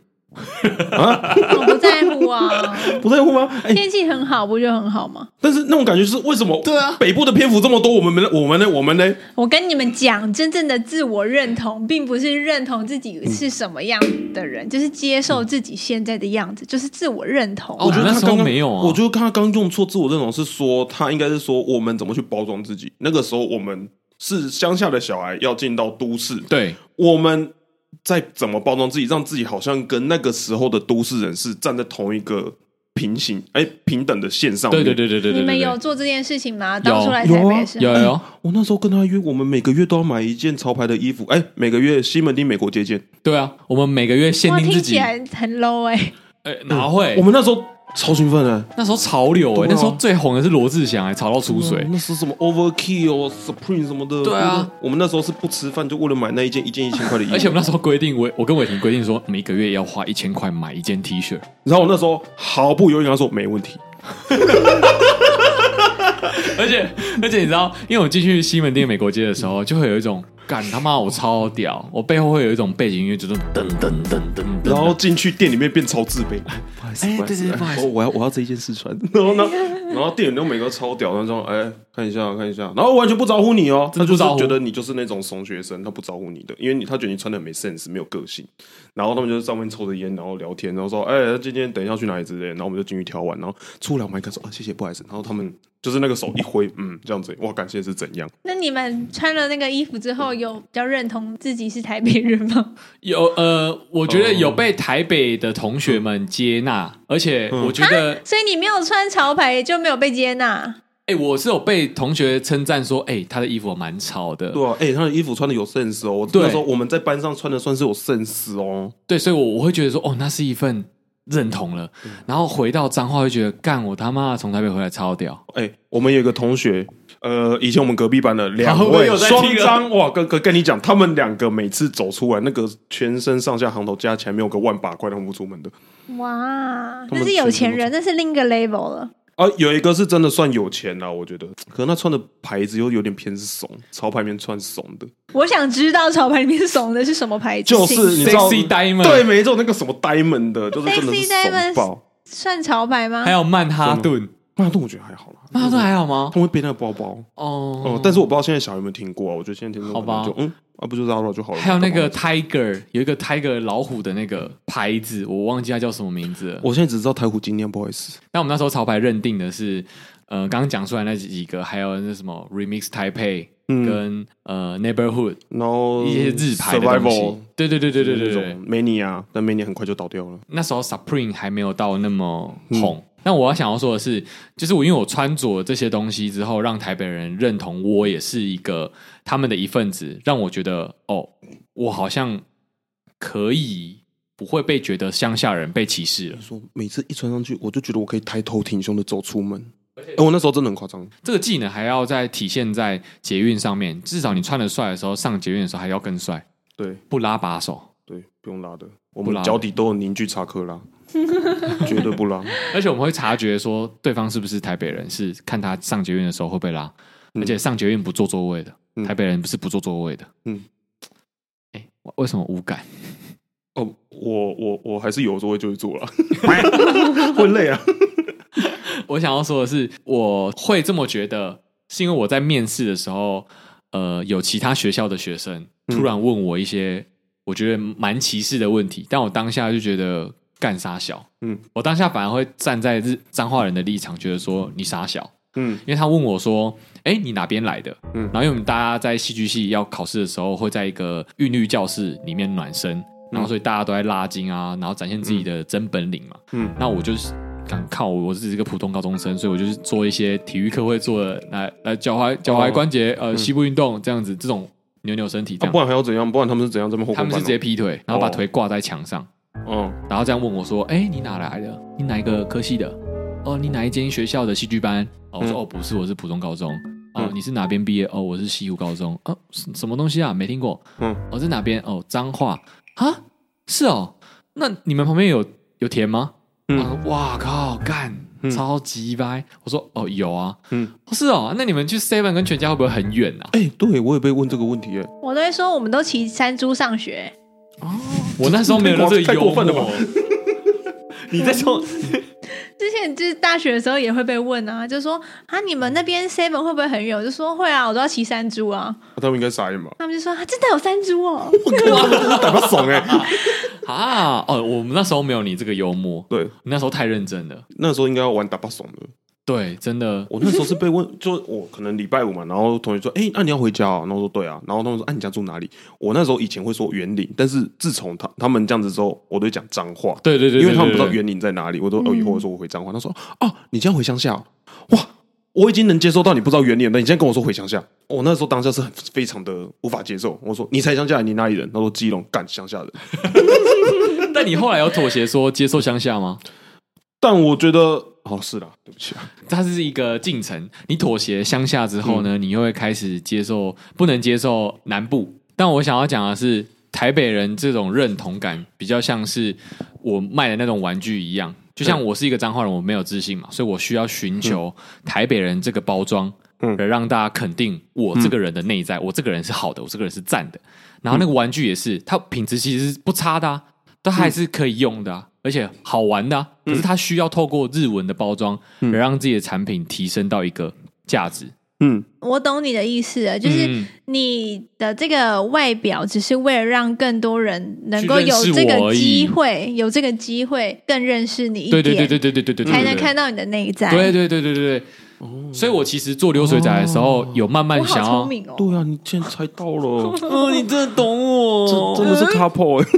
C: 我不在乎啊，
B: 不在乎吗？哎，
C: 天气很好不就很好吗？
B: 但是那种感觉是为什么？
D: 对啊
B: 北部的篇幅这么多，我们没我们呢？我们呢？
C: 我跟你们讲，真正的自我认同，并不是认同自己是什么样的人，就是接受自己现在的样子，就是自我认同
A: 哦
C: 啊。
A: 我觉得那
B: 他
A: 时候
B: 刚刚
A: 没有啊
B: 我觉得他刚用错自我认同是说，他应该是说我们怎么去包装自己。那个时候我们是乡下的小孩，要进到都市，
A: 对，
B: 我们在怎么包装自己，让自己好像跟那个时候的都市人是站在同一个平行哎、平等的线上面。
A: 对对对对对对对
C: 你们
A: 对
C: 有做这件事情吗？当初来
B: 有
C: 台
B: 有
C: 北
B: 啊
C: 是
A: 有有
B: 我那时候跟他约，我们每个月都要买一件潮牌的衣服，哎、每个月西门町美国街见。
A: 对啊，我们每个月限
C: 哇，
A: 定
C: 听
A: 自
C: 起
A: 己，哎、
C: 来很 low 哎、
A: 哪会？
B: 我
C: 嗯
B: 们那时候超兴奋的、
A: 那时候潮流哎、
B: 对啊
A: 那时候最红的是罗志祥哎、潮到出水
C: 嗯
B: 哦。那时候什么 Overkill 哦、Supreme 什么的。
A: 对啊
B: 我们，我们那时候是不吃饭，就为了买那一件一件一千块的衣服。
A: 而且我们那时候规定，我我跟伟霆规定说，每个月要花一千块买一件 T 恤，
B: 然后我那时候毫不犹豫跟他说没问题。
A: 而且而且你知道，因为我进去西门町美国街的时候，就会有一种干他妈我超屌，我背后会有一种背景音乐，就是噔噔噔噔噔，
B: 然后进去店里面变超自卑。
A: 哎，对对对，不好意
B: 哦，
A: 思，
B: 我要我要这一件试穿， 然后呢，然后店员都每个超屌，那种哎，看一下看一下，然后完全不招呼你哦，
A: 真的不
B: 他就是
A: 招呼
B: 觉得你就是那种怂学生，他不招呼你的，因为你他觉得你穿的没 sense，没有个性，然后他们就在上面抽着烟，然后聊天，然后说哎，今天等一下去哪里之类的，然后我们就进去挑完，然后出来我们还跟他说啊谢谢不好意思，然后他们就是那个手一挥，嗯，这样子，哇，感谢是怎样？
C: 那你们穿了那个衣服之后，有比较认同自己是台北人吗？
A: 有呃，我觉得有被台北的同学们接纳，而且我觉得，
C: 所以你没有穿潮牌就没有被接纳。
A: 哎，我是有被同学称赞说，哎，他的衣服蛮潮的，
B: 对啊，哎，他的衣服穿的有 sense 哦，
A: 对
B: 那时候我们在班上穿的算是有 sense 哦，
A: 对，所以我我会觉得说，哦，那是一份认同了。
B: 嗯
A: 然后回到彰化，会觉得干我他妈的从台北回来超屌，
B: 哎、我们有一个同学，呃，以前我们隔壁班的两
A: 好我
B: 位
A: 有在听啊
B: 双张，哇，跟跟跟你讲，他们两个每次走出来，那个全身上下行头加起来没有个万把块，他们不出门的。
C: 哇，
B: 他们
C: 那是有钱人，那是另一个 level 了。
B: 啊，有一个是真的算有钱啦、我觉得，可能他穿的牌子又有点偏是怂，潮牌面穿怂的，
C: 我想知道潮牌里面怂的是什么牌子？
B: 就是你知道
A: Sexy Diamond
B: 对，没错，那个什么 diamond 的，就是真的是
C: Sexy
B: 怂
C: Diamond
B: 爆。
C: 算潮牌吗
A: 还？有曼哈顿，
B: 曼哈顿我觉得还好啦，
A: 曼哈顿还好吗
B: 他？们会背那个包包哦、
A: 哦，
B: 但是我不知道现在小孩有没有听过啊，我觉得现在听众可
A: 好
B: 能
A: 吧
B: 就嗯啊，不就 Zara 就好了。
A: 还有那
B: 干嘛
A: 个 Tiger，有一个 Tiger 老虎的那个牌子，我忘记它叫什么名字了。
B: 我现在只知道台虎精酿，不好意思。
A: 但我们那时候潮牌认定的是，呃，刚刚讲出来那几个，还有那什么 Remix Taipei
B: 嗯
A: 跟呃 Neighborhood
B: 然后
A: 一些日牌的东西
B: 嗯 survival，。
A: 对对对对对对
B: 那
A: 对
B: 种。mania，但 mania 很快就倒掉了。
A: 那时候 Supreme 还没有到那么红。那我要想要说的是，就是我因为我穿着这些东西之后，让台北人认同我也是一个他们的一份子，让我觉得哦，我好像可以不会被觉得乡下人被歧视了
B: 就。说每次一穿上去，我就觉得我可以抬头挺胸的走出门。哎、我那时候真的很夸张，
A: 这个技能还要再体现在捷运上面，至少你穿的帅的时候，上捷运的时候还要更帅，
B: 对
A: 不拉把手。
B: 对，不用拉的，我
A: 不拉
B: 们
A: 的
B: 脚底都有凝聚 查克拉，绝对不拉。
A: 而且我们会察觉说对方是不是台北人，是看他上捷运的时候会被拉，
B: 嗯
A: 而且上捷运不坐座位的，
B: 嗯
A: 台北人不是不坐座位的。嗯
B: 嗯，
A: 哎、我为什么无感？
B: 哦，我我我还是有时候会就会做了， 会累啊。
A: 我想要说的是，我会这么觉得，是因为我在面试的时候，呃，有其他学校的学生突然问我一些我觉得蛮歧视的问题，但我当下就觉得干傻小，嗯
B: 嗯，
A: 我当下反而会站在日彰化人的立场，觉得说你傻小，
B: 嗯
A: 因为他问我说：“哎、你哪边来的？”
B: 嗯
A: 嗯，然后因为我们大家在戏剧系要考试的时候，会在一个韵律教室里面暖身，
B: 嗯
A: 然后所以大家都在拉筋啊，然后展现自己的真本领嘛。
B: 嗯
A: 嗯，那我就是敢靠我，我只是一个普通高中生，所以我就是做一些体育课会做的，来来脚
B: 哦
A: 踝脚踝关节、
B: 嗯
A: 呃膝部运动这样子，这种扭扭身体这
B: 啊
A: 样。
B: 不然还要怎样？不然他们是怎样这么后
A: 他们是直接劈腿，然后把
B: 哦
A: 腿挂在墙上，
B: 嗯
A: 然后这样问我说：“哎、你哪来的？你哪一个科系的？哦，你哪一间学校的戏剧班？”哦，我说：“
B: 嗯
A: 哦，不是，我是普通高中。”哦
B: 嗯，
A: 你是哪边毕业？哦，我是西湖高中。啊，什什么东西啊？没听过。
B: 嗯
A: 哦，在哪边？哦，彰化。啊，是哦。那你们旁边有有田吗？
B: 嗯
A: 啊，哇靠，干，超级掰。我说：“哦，有啊。”
B: 嗯
A: 嗯，是哦。那你们去 Seven 跟全家会不会很远啊？
B: 哎、对我也被问这个问题哎、
C: 我都会说我们都骑山猪上学，
A: 我那时候没 有到这个
B: 太
A: 幽
B: 过
A: 默
B: 分了吧。
A: 你在说
C: 之前就是大学的时候也会被问啊，就说啊你们那边 seven 会不会很远？我就说会啊，我都要骑山猪啊。
B: 啊他们应该傻眼吧？
C: 他们就说啊真的有山猪哦，
B: 打不 怂哎、
A: 啊？哦，我们那时候没有你这个幽默，
B: 对，
A: 你那时候太认真了。
B: 那时候应该要玩打不怂的。
A: 对，真的，
B: 我那时候是被问，就我可能礼拜五嘛，然后同学说：“哎、那、你要回家、哦？”然后我说：“对啊。”然后他们说：“啊，你家住哪里？”我那时候以前会说园林，但是自从他他们这样子之后，我都会讲脏话。
A: 对对对对
B: 因为他们不知道
A: 对对
B: 园林在哪里，我都哦，以后我说我回彰化，他说哦，你这样回乡下哦、哇，我已经能接受到你不知道园林了，你现在跟我说回乡下，哦我那时候当下是很非常的无法接受，我说你才乡下人，你哪里人？他说基隆，干乡下人，
A: 但你后来有妥协说接受乡下吗？
B: 但我觉得哦是啦，对不起啊，
A: 它是一个进程。你妥协乡下之后
B: 嗯
A: 呢，你又会开始接受不能接受南部。但我想要讲的是，台北人这种认同感比较像是我卖的那种玩具一样。就像我是一个彰化人，我没有自信嘛，所以我需要寻求台北人这个包装，
B: 嗯
A: 来让大家肯定我这个人的内在，我这个人是好的，我这个人是赞的。然后那个玩具也是，它品质其实是不差的、啊，它还是可以用的、啊，而且好玩的、啊。可是它需要透过日文的包装，来让自己的产品提升到一个价值。
B: 嗯，
C: 我懂你的意思了，就是
A: 嗯
C: 你的这个外表只是为了让更多人能够
A: 去认
C: 有
A: 识
C: 这
A: 我
C: 个
A: 而已
C: 机会，有这个机会更认识你一
A: 对
C: 点，
A: 对对对对对对对，对
C: 才能看。到你的内在。
A: 对啊对对对对对。所以我其实做流水仔的时候，有慢慢
C: 我好
A: 想
C: 聪
A: 要。
C: 明哦。
B: 对啊，你竟然猜到了，
A: 哦，你真的懂我
B: 这真的是 couple，、欸、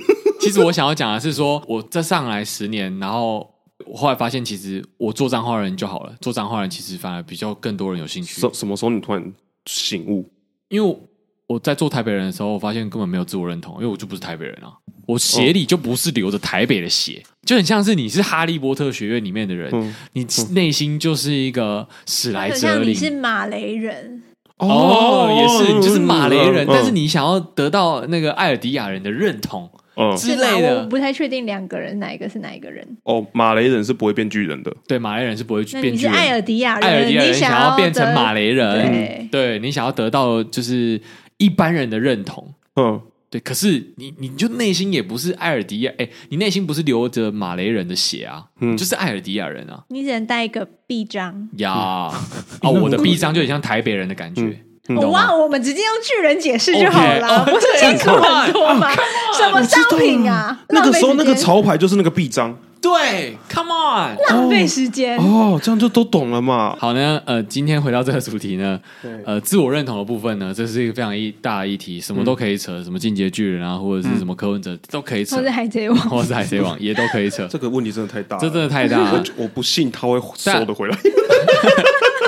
A: 其实我想要讲的是说，我这上来十年，然后我后来发现，其实我做彰化人就好了，做彰化人其实反而比较更多人有兴趣
B: 什，什么时候你突然醒悟？
A: 因为我在做台北人的时候，我发现根本没有自我认同，因为我就不是台北人啊，
B: 哦
A: 我血里就不是流着台北的血，就很像是你是哈利波特学院里面的人，
B: 嗯
A: 你内心就是一个史莱
B: 啊
C: 啊很
A: 哲
C: 像你
A: 林。
C: 是马雷人，
A: 哦，也是，你就是马雷人，
B: 嗯
A: 但是你想要得到那个艾尔迪亚人的认同
B: 嗯
A: 之
C: 是吧？
A: 类
C: 我
A: 的，
C: 不太确定两个人哪一个是哪一个人。
B: 哦，马雷人是不会变巨人的，
A: 对马来人是不会去
C: 那
A: 变
C: 你是
A: 巨人的
C: 艾尔迪亚人，
A: 艾尔迪亚人
C: 你想
A: 想要变成马
C: 雷，
A: 雷人
C: 对，
A: 对你想要得到就是一般人的认同，
B: 嗯，
A: 对。可是你你就内心也不是艾尔迪亚，哎，你内心不是流着马雷人的血啊，你就是艾尔迪亚人啊
C: 你只能带一个臂章。
A: 呀！ 哦，我的臂章就很像台北人的感觉，你
C: 我
A: 嗯懂
C: 忘
A: 吗？
C: 了，我们直接用巨人解释就好了，
A: OK，哦
C: 不是清楚很多吗？
B: 哦
C: 什么商品啊？
B: 那个时候
C: 浪
B: 那
C: 费
B: 个
C: 时间
B: 潮牌就是那个臂章
A: 对，Come on。
C: 浪费时间，
B: 哦，这样就都懂了嘛。
A: 好呢，呃，今天回到这个主题呢，呃，自我认同的部分呢，这是一个非常一大的议题，什么都可以扯，什么进阶巨人啊，或者是什么柯文哲都可以
B: 哦
A: 扯
C: 或，是海贼王。
A: 或者是海贼王也都可以扯，
B: 这个问题真的太大了，
A: 这真的太大了。
B: 我我不信他会收得回来。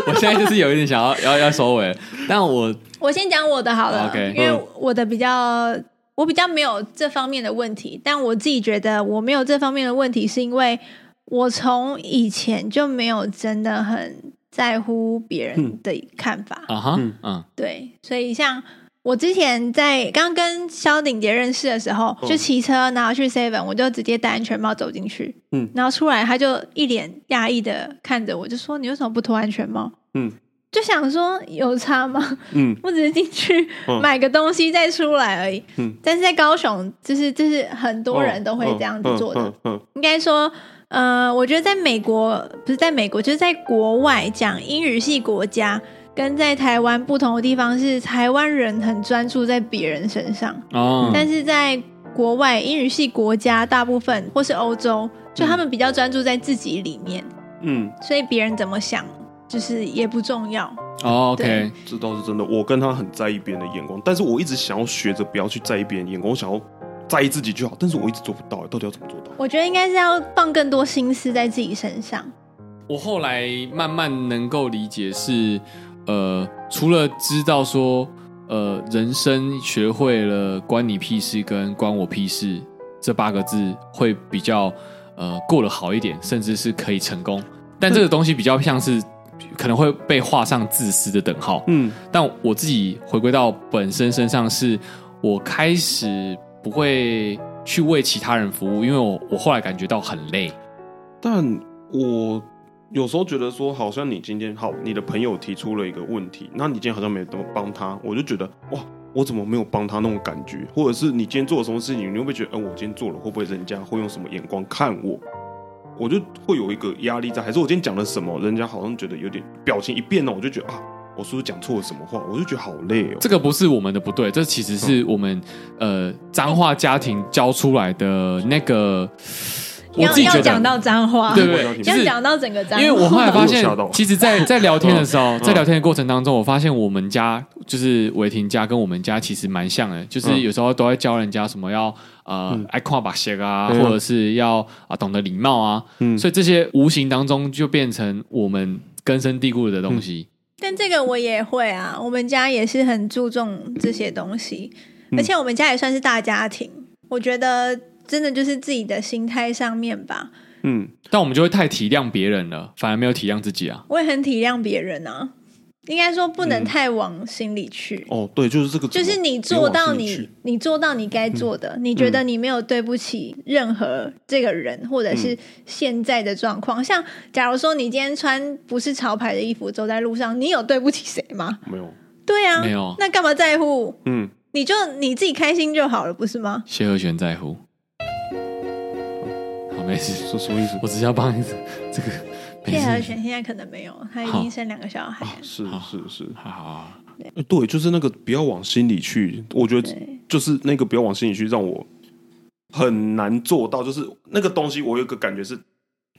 A: 我现在就是有一点想要要要收尾，但我
C: 我先讲我的好了
A: OK
C: 因
B: 嗯
C: 为我的比较，我比较没有这方面的问题，但我自己觉得我没有这方面的问题，是因为我从以前就没有真的很在乎别人的看法。
A: 啊哈
B: 嗯
A: 嗯
C: 对，所以像我之前在刚跟萧鼎杰认识的时候，
B: 嗯
C: 就骑车然后去 Seven，我就直接戴安全帽走进去，
B: 嗯
C: 然后出来他就一脸讶异的看着我，就说你为什么不脱安全帽？
B: 嗯，
C: 就想说有差吗？
B: 嗯，
C: 我只是进去
B: 嗯
C: 买个东西再出来而已。
B: 嗯，
C: 但是在高雄，就是就是很多人都会这样子做的，
B: 嗯嗯，
C: 应该说，呃，我觉得在美国不是在美国，就是在国外讲英语系国家，跟在台湾不同的地方是，台湾人很专注在别人身上，
B: 嗯
A: 哦，
C: 但是在国外英语系国家大部分或是欧洲，就他们比较专注在自己里面，
B: 嗯
C: 所以别人怎么想就是也不重要。
E: 哦，OK，
C: 对
B: 这倒是真的。我跟他很在意别人的眼光，但是我一直想要学着不要去在意别人的眼光，我想要在意自己就好。但是我一直做不到，到底要怎么做到？
C: 我觉得应该是要放更多心思在自己身上。
A: 我后来慢慢能够理解是，呃，除了知道说，呃，人生学会了“关你屁事”跟“关我屁事”这八个字会比较呃过得好一点，甚至是可以成功。但这个东西比较像是可能会被画上自私的等号。
B: 嗯，
A: 但我自己回归到本身身上是，我开始不会去为其他人服务，因为我我后来感觉到很累。
B: 但我有时候觉得说，好像你今天好，你的朋友提出了一个问题，那你今天好像没怎么帮他，我就觉得哇，我怎么没有帮他那种感觉？或者是你今天做了什么事情，你会不会觉得，哎、我今天做了，会不会人家会用什么眼光看我？我就会有一个压力在，还是我今天讲了什么，人家好像觉得有点表情一变呢，我就觉得啊，我是不是讲错了什么话？我就觉得好累哦。
A: 这个不是我们的不对，这其实是我们、呃脏话家庭教出来的那个，我
C: 要
A: 自己觉
C: 要
A: 得
C: 讲到脏话，
A: 对不对？
B: 你
A: 就
C: 要
A: 是
C: 讲到整个脏
A: 因
C: 话。
A: 为我后来发现
B: 我有吓到，嗯
A: 其实在，在聊天的时候，在聊天的过程当中，我发现我们家就是伟霆家跟我们家其实蛮像的，就是
B: 嗯
A: 有时候都会教人家什么要呃
B: 嗯
A: 爱跨把鞋啊，
B: 对啊
A: 或者是要啊懂得礼貌啊，
B: 嗯
A: 所以这些无形当中就变成我们根深蒂固的东
B: 嗯
A: 西。
C: 但这个我也会啊，我们家也是很注重这些东西，
A: 嗯
C: 而且我们家也算是大家庭。我觉得真的就是自己的心态上面吧，
B: 嗯，
A: 但我们就会太体谅别人了，反而没有体谅自己啊。
C: 我也很体谅别人啊。应该说不
A: 嗯
C: 能太往心里去，
B: 哦，对，就是这个怎
C: 就
B: 么，
C: 是你做
B: 别
C: 到
B: 往心里
C: 你
B: 去嗯
C: 你做到你该做的，你觉得你没有对不起任何这个人，或者
B: 嗯
C: 是现在的状况。像假如说你今天穿不是潮牌的衣服走在路上，你有对不起谁吗？
B: 没有，
C: 对啊，
A: 没有
C: 那干嘛在乎？
B: 嗯，
C: 你就你自己开心就好了，不是吗？
A: 谢和弦在乎。好，没事，
B: 是什么意思？
A: 我只是要帮你这个。没
C: 谢和
A: 事，
C: 弦现在可能没有，他已
A: 好
C: 经生两个小孩
B: 啊
C: 了，
B: 是是是，
A: 好啊好好。
B: 欸对，就是那个不要往心里去。我觉得
C: 对
B: 就是那个不要往心里去，让我很难做到。就是那个东西，我有一个感觉是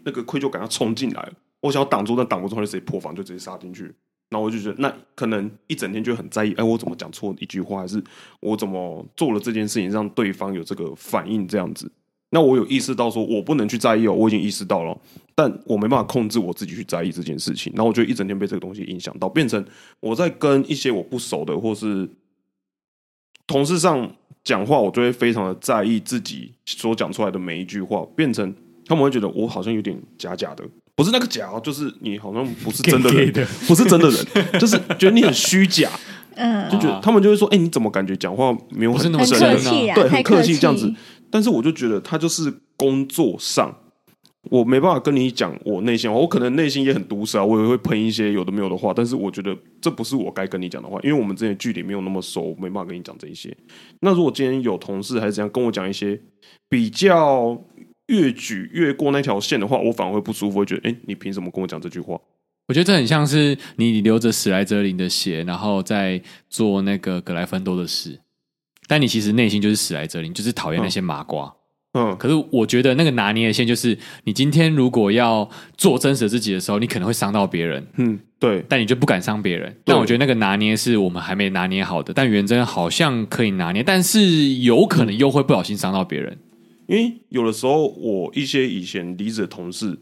B: 那个愧疚感要冲进来了，我想要挡住，但挡不住，它就直接破防，就直接杀进去。然后我就觉得，那可能一整天就很在意，哎，我怎么讲错一句话，还是我怎么做了这件事情，让对方有这个反应，这样子。那我有意识到说，我不能去在意哦，我已经意识到了，但我没办法控制我自己去在意这件事情，然后我就一整天被这个东西影响到，变成我在跟一些我不熟的或是同事上讲话，我就会非常的在意自己所讲出来的每一句话，变成他们会觉得我好像有点假假的，不是那个假哦，就是你好像不是真的
A: gay
B: 人，
A: gay 的
B: 不是真的人，就是觉得你很虚假，
C: 嗯，
B: 就觉得他们就会说，哎、你怎么感觉讲话没有
A: 不是那么
C: 很
A: 深
C: 客
A: 啊
C: 气啊，
B: 对，
C: 太
B: 很
C: 客
B: 客气这样子。但是我就觉得他就是工作上，我没办法跟你讲我内心话，我可能内心也很毒舌啊，我也会喷一些有的没有的话，但是我觉得这不是我该跟你讲的话，因为我们之间的距离没有那么熟，我没办法跟你讲这一些。那如果今天有同事还是怎样跟我讲一些比较越举越过那条线的话，我反而会不舒服，会觉得哎、诶你凭什么跟我讲这句话？
A: 我觉得这很像是你流着史莱哲林的血，然后再做那个格莱芬多的事，但你其实内心就是史莱哲林，就是讨厌那些麻瓜。
B: 嗯，
A: 可是我觉得那个拿捏的线就是，你今天如果要做真实的自己的时候，你可能会伤到别人，
B: 嗯，对，
A: 但你就不敢伤别人。但我觉得那个拿捏是我们还没拿捏好的，但元真好像可以拿捏，但是有可能又会不小心伤到别人。
B: 因为有的时候我一些以前离职的同事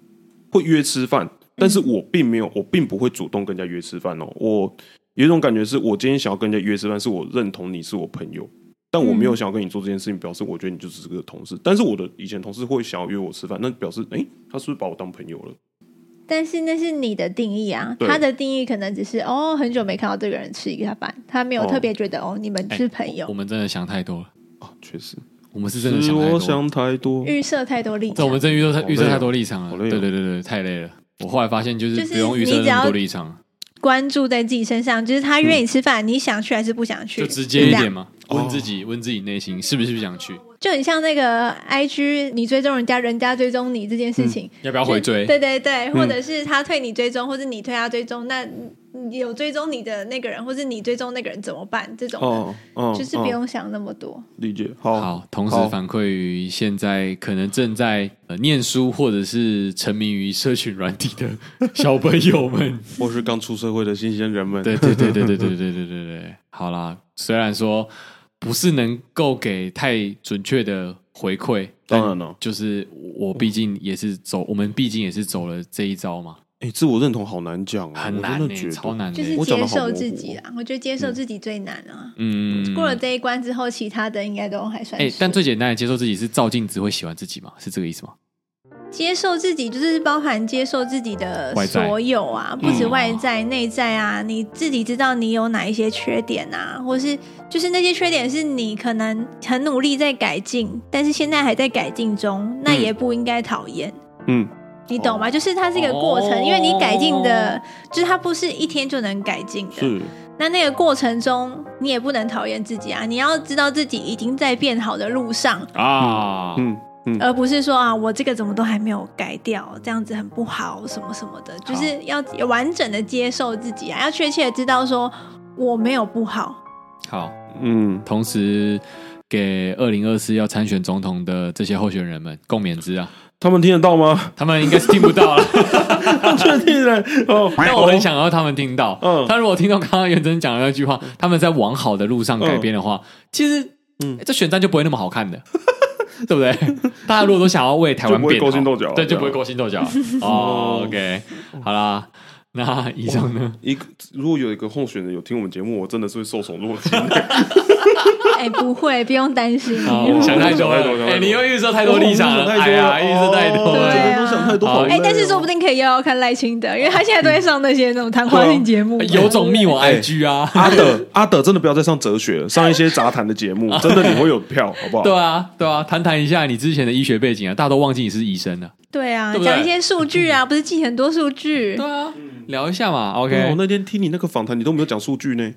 B: 会约吃饭，但是我并
C: 嗯
B: 没有，我并不会主动跟人家约吃饭哦。我有一种感觉是，我今天想要跟人家约吃饭，是我认同你是我朋友，但我没有想要跟你做这件事情，表示我觉得你就只是个同
C: 嗯
B: 事。但是我的以前同事会想要约我吃饭，那表示诶，他是不是把我当朋友了？
C: 但是那是你的定义啊，
B: 对
C: 他的定义可能只是哦，很久没看到这个人吃一个饭，他没有
B: 哦哎
C: 特别觉得哦，你们是朋
A: 我
C: 友，
A: 们真的想太多了，
B: 啊，确实，
A: 我们是真的
B: 是哦
A: 想太多了。
B: 我想太多。
C: 预设太多立
A: 这
C: 场
A: 我。们真预测太
B: 好累哦
A: 预测太多立场了，
B: 好累哦
A: 对对对对，太累了。我后来发现就是
C: 就是
A: 不用预测
C: 你只
A: 那
C: 要
A: 么多立场，啊
C: 关注在自己身上，就是他约你吃饭，你想去还是不想去？
A: 就直接一
C: 这
A: 点
C: 样，
A: 嘛，问自己问自己内心是不是想去，
C: 就很像那个 I G 你追踪人家，人家追踪
B: 嗯
C: 你这件事情，
A: 要不要回
C: 就
A: 追？
C: 对对对，或者是他退你追踪，或者你退他追踪，那有追踪你的那个人，或是你追踪那个人怎么办？这种的、
B: 哦哦，
C: 嗯就是
B: 哦
C: 不用想那么多。
B: 理解。好，
A: 好，同时
B: 好
A: 反馈于现在可能正在呃念书或者是沉迷于社群软体的小朋友们。
B: 我是刚出社会的新鲜人们。
A: 对对对对对对对对对对，好啦，虽然说不是能够给太准确的回馈，
B: 当然了，
A: 就是我毕竟也是走，我们毕竟也是走了这一招嘛，
B: 哎，自我认同好难讲啊，
A: 很难
B: 我
A: 呢、
B: 真的觉得
A: 超。难欸呢、
C: 就是
B: 嗯我讲得
C: 接
B: 好
C: 受
B: 模
C: 自
B: 糊
C: 己
B: 哦
C: 啊，我觉得接受自己最难啊。
A: 嗯，
C: 过了这一关之后，其他的应该都还算
A: 哎、
C: 是。
A: 但最简单的接受自己是照镜子会喜欢自己吗？是这个意思吗？
C: 接受自己就是包含接受自己的
A: 外在嗯
C: 所有啊，不止外在、内在啊，你自己知道你有哪一些缺点啊，或是就是那些缺点是你可能很努力在改进，但是现在还在改进中，
A: 嗯
C: 那也不应该讨厌。
B: 嗯，
C: 你懂吗？就是它是一个过程，
A: 哦
C: 因为你改进的，就是它不是一天就能改进的。
B: 是
C: 那那个过程中，你也不能讨厌自己啊！你要知道自己已经在变好的路上，
A: 啊，
B: 嗯嗯
C: 而不是说啊，我这个怎么都还没有改掉，这样子很不好，什么什么的，就是要完整的接受自己啊，要确切的知道说我没有 不好，
A: 好，
B: 嗯，
A: 同时给二零二四要参选总统的这些候选人们共勉之啊，
B: 他们听得 到吗？
A: 他们应该是听不到了，
B: 确定了哦。
A: 但我很想要他们听到。
B: 嗯
A: 他如果听到刚刚元真讲的那句话，他们在往好的路上改变的话，其实，哎
B: 嗯
A: 这选战就不会那么好看的。 对 不对？大家如果都想要为台湾
B: 哦就不会
A: 变好
B: 勾心斗角嗯
A: 对，
B: 这
A: 就
B: 样
A: 不会勾心 斗角。哦，OK，好啦，那以上呢？
B: 一个如果有一个候选人有听我们节目，我真的是会受宠若惊。
C: 哎、不会，不用担心。
A: 哦，想太多
B: 想太多想
A: 了。
B: 太多
A: 哎，你又预设太多立场了，
B: 我想
A: 哎
B: 太多了
A: 呀，预设太多
C: 对
A: 了。
C: 啊
B: 都想太多，好累
C: 哎、
B: 哦
C: 但是说不定可以要看赖清德，因为他现在都在上那些那种谈话性节目、
A: 有种密
B: 哎
A: 我 IG 啊！
B: 阿德阿德真的不要再上哲学 了，上一些杂谈的节目，真的你会有票，好不好？
A: 对啊，对啊，谈谈一下你之前的医学背景啊，大家都忘记你是医生了。
C: 对啊
A: 对，不对
C: 讲一些数据啊，不是记很多数据
A: 对。啊，聊一下嘛
B: 哦
A: ，OK，
B: 那天听你那个访谈，你都没有讲数据呢。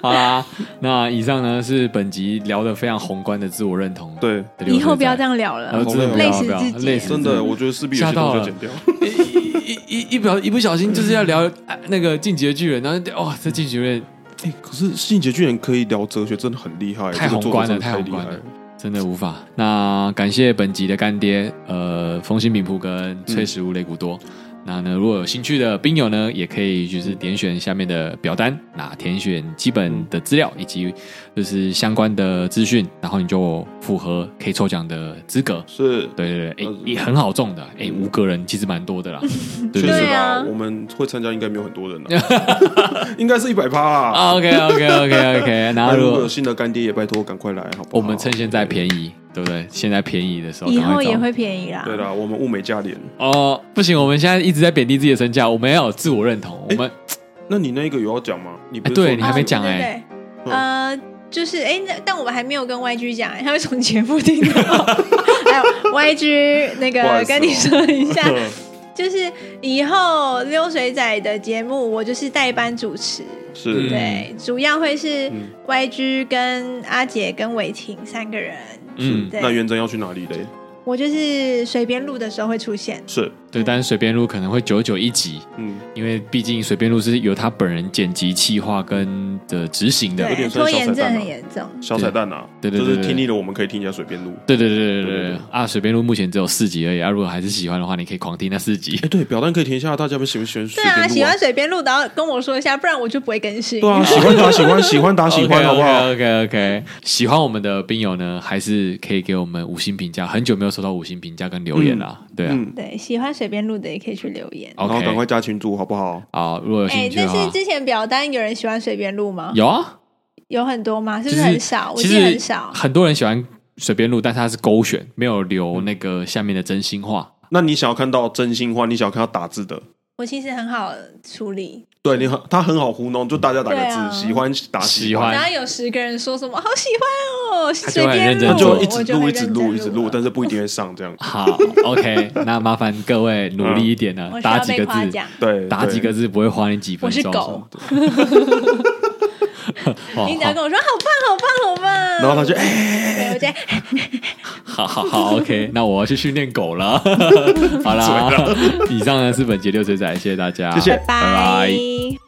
A: 好啦。那以上呢是本集聊的非常宏观的自我认同。
B: 对，
A: 的流水
C: 以
A: 账，
C: 后不要这样聊了
A: 呃，，真的不
C: 累
A: 要，
C: 死
A: 不要
C: 自己
A: 累死自己，
B: 真的，我觉得势必有些东西要剪掉。
A: 一一一一一不小一不小心就是要聊哎那个进击的巨人，然后哇，这进击的巨人
B: 哎，可是性解居然可以聊哲学，真的很厉害，
A: 太
B: 这
A: 宏
B: 个作
A: 观
B: 者
A: 了，
B: 真的
A: 太
B: 太
A: 宏
B: 厉
A: 观
B: 害
A: 了。，真的无法。那感谢本集的干爹，呃，风信饼铺跟脆食物擂骨多。那呢，如果有兴趣的兵友呢，也可以就是点选下面的表单，那填选基本的资料以及就是相关的资讯，然后你就符合可以抽奖的资格。
B: 是，
A: 对对对，哎、
B: 呃嗯
A: 也很好中的，哎、五个人其实蛮多的 啦。对对
B: 确实
A: 对
C: 对
B: 啦
C: 啊，
B: 我们会参加应该没有很多人了， 应该是一百趴啦。
A: ，OK OK OK OK，然
B: 那
A: 后
B: 如
A: 啊如
B: 果有哦
A: 果
B: 新的干爹也拜托赶快来，好不好？
A: 我们趁现在便宜，对不对？现在便宜的时候，
C: 以
A: 赶
C: 后
A: 快找
C: 也会便宜啦。
B: 对啦，我们物美价廉。
A: 哦，不行，我们现在一直在贬低自己的身价，我们要有自我认同。我们
B: 那你那个有要讲吗？你不是
A: 哎对
B: 说
A: 你还没讲
C: 哦对
A: 哎
C: 对对呃，就是哎，那但我们还没有跟 YG 讲，哎他会从节目听到。 还有 YG 那
B: 不好意思哦
C: 个跟你说一下， 就是以后溜水仔的节目，我就是代班主持。
B: 是
A: 嗯
C: 对，主要会是
B: 嗯
C: YG 跟阿姐跟伟霆三个人。
A: 嗯，
C: 对
B: 那元真要去哪里嘞？
C: 我就是随便录的时候会出现。
B: 是，
A: 对，但是随便录可能会九九一集，
B: 嗯，
A: 因为毕竟随便录是由他本人剪辑、企划跟的执行的。
B: 点
C: 对，
B: 算
C: 拖延
B: 小彩
C: 症
B: 蛋啊
C: 很严重。
B: 小彩蛋啊，
A: 对对对
B: 就
A: 对
B: 是听腻了，我们可以听一下随便录。
A: 对对对对对
B: 对对
A: 对
B: 对
A: 啊！随便录目前只有四集而已啊！如果还是喜欢的话，你可以狂听那四集
B: 哎，。对，表单可以填一下，大家们喜不喜欢随
C: 对
B: 便录
C: 啊，
B: 啊？
C: 喜欢随便录的，然后跟我说一下，不然我就不会更新。
B: 对啊，喜欢打喜欢，喜欢打喜欢，好不好？
A: OK OK，喜欢我们的兵友呢，还是可以给我们五星评价。很久没有收到五星评价跟留言啦，对啊。
B: 嗯，
C: 对，喜欢随便录的也可以去留言。
B: 然后赶快
A: OK，
B: 加群主，好不好？
A: 好，如果有
C: 哎
A: 兴，趣
C: 但
A: 的
C: 是
A: 话，
C: 之前表单有人喜欢随便录吗？
A: 有啊，
C: 有很多吗？是不
A: 就是
C: 很少？我
A: 其
C: 记
A: 实
C: 得很少。
A: 很多人喜欢随便录，但是他是勾选，没有留那个下面的真心话。
B: 那你想要看到真心话，你想要看到打字的，
C: 我其实很好处理，
B: 对你很他很好糊弄，就大家打个
C: 对啊
B: 字，喜欢打
A: 喜欢
C: 然后有十个人说什么好喜欢哦，
A: 哎就
C: 随
A: 会很
C: 便
A: 认
C: 录，
A: 真
B: 那
C: 我
B: 就
A: 做
B: 一直
C: 会
B: 录，一直
C: 认真
B: 录，一直录，
C: 了
B: 但是不一定会上这样。
A: 好，OK，那麻烦各位努力一点呢、
C: 我需
A: 打
C: 要
A: 几
C: 被
A: 个
C: 夸
A: 字，
C: 奖。
B: 对，
A: 打
B: 对
A: 几个字不会花你几分
C: 我是
A: 钟。
C: 狗，
A: 哦
C: 你只要跟我说好棒，好棒，好棒，
B: 然后 他就哎，
C: 对我觉得
A: 好好好，OK，那 我要去训练狗 了。好啦，以上呢是本节六水仔，谢谢大家，
B: 谢谢
A: 拜
C: 拜拜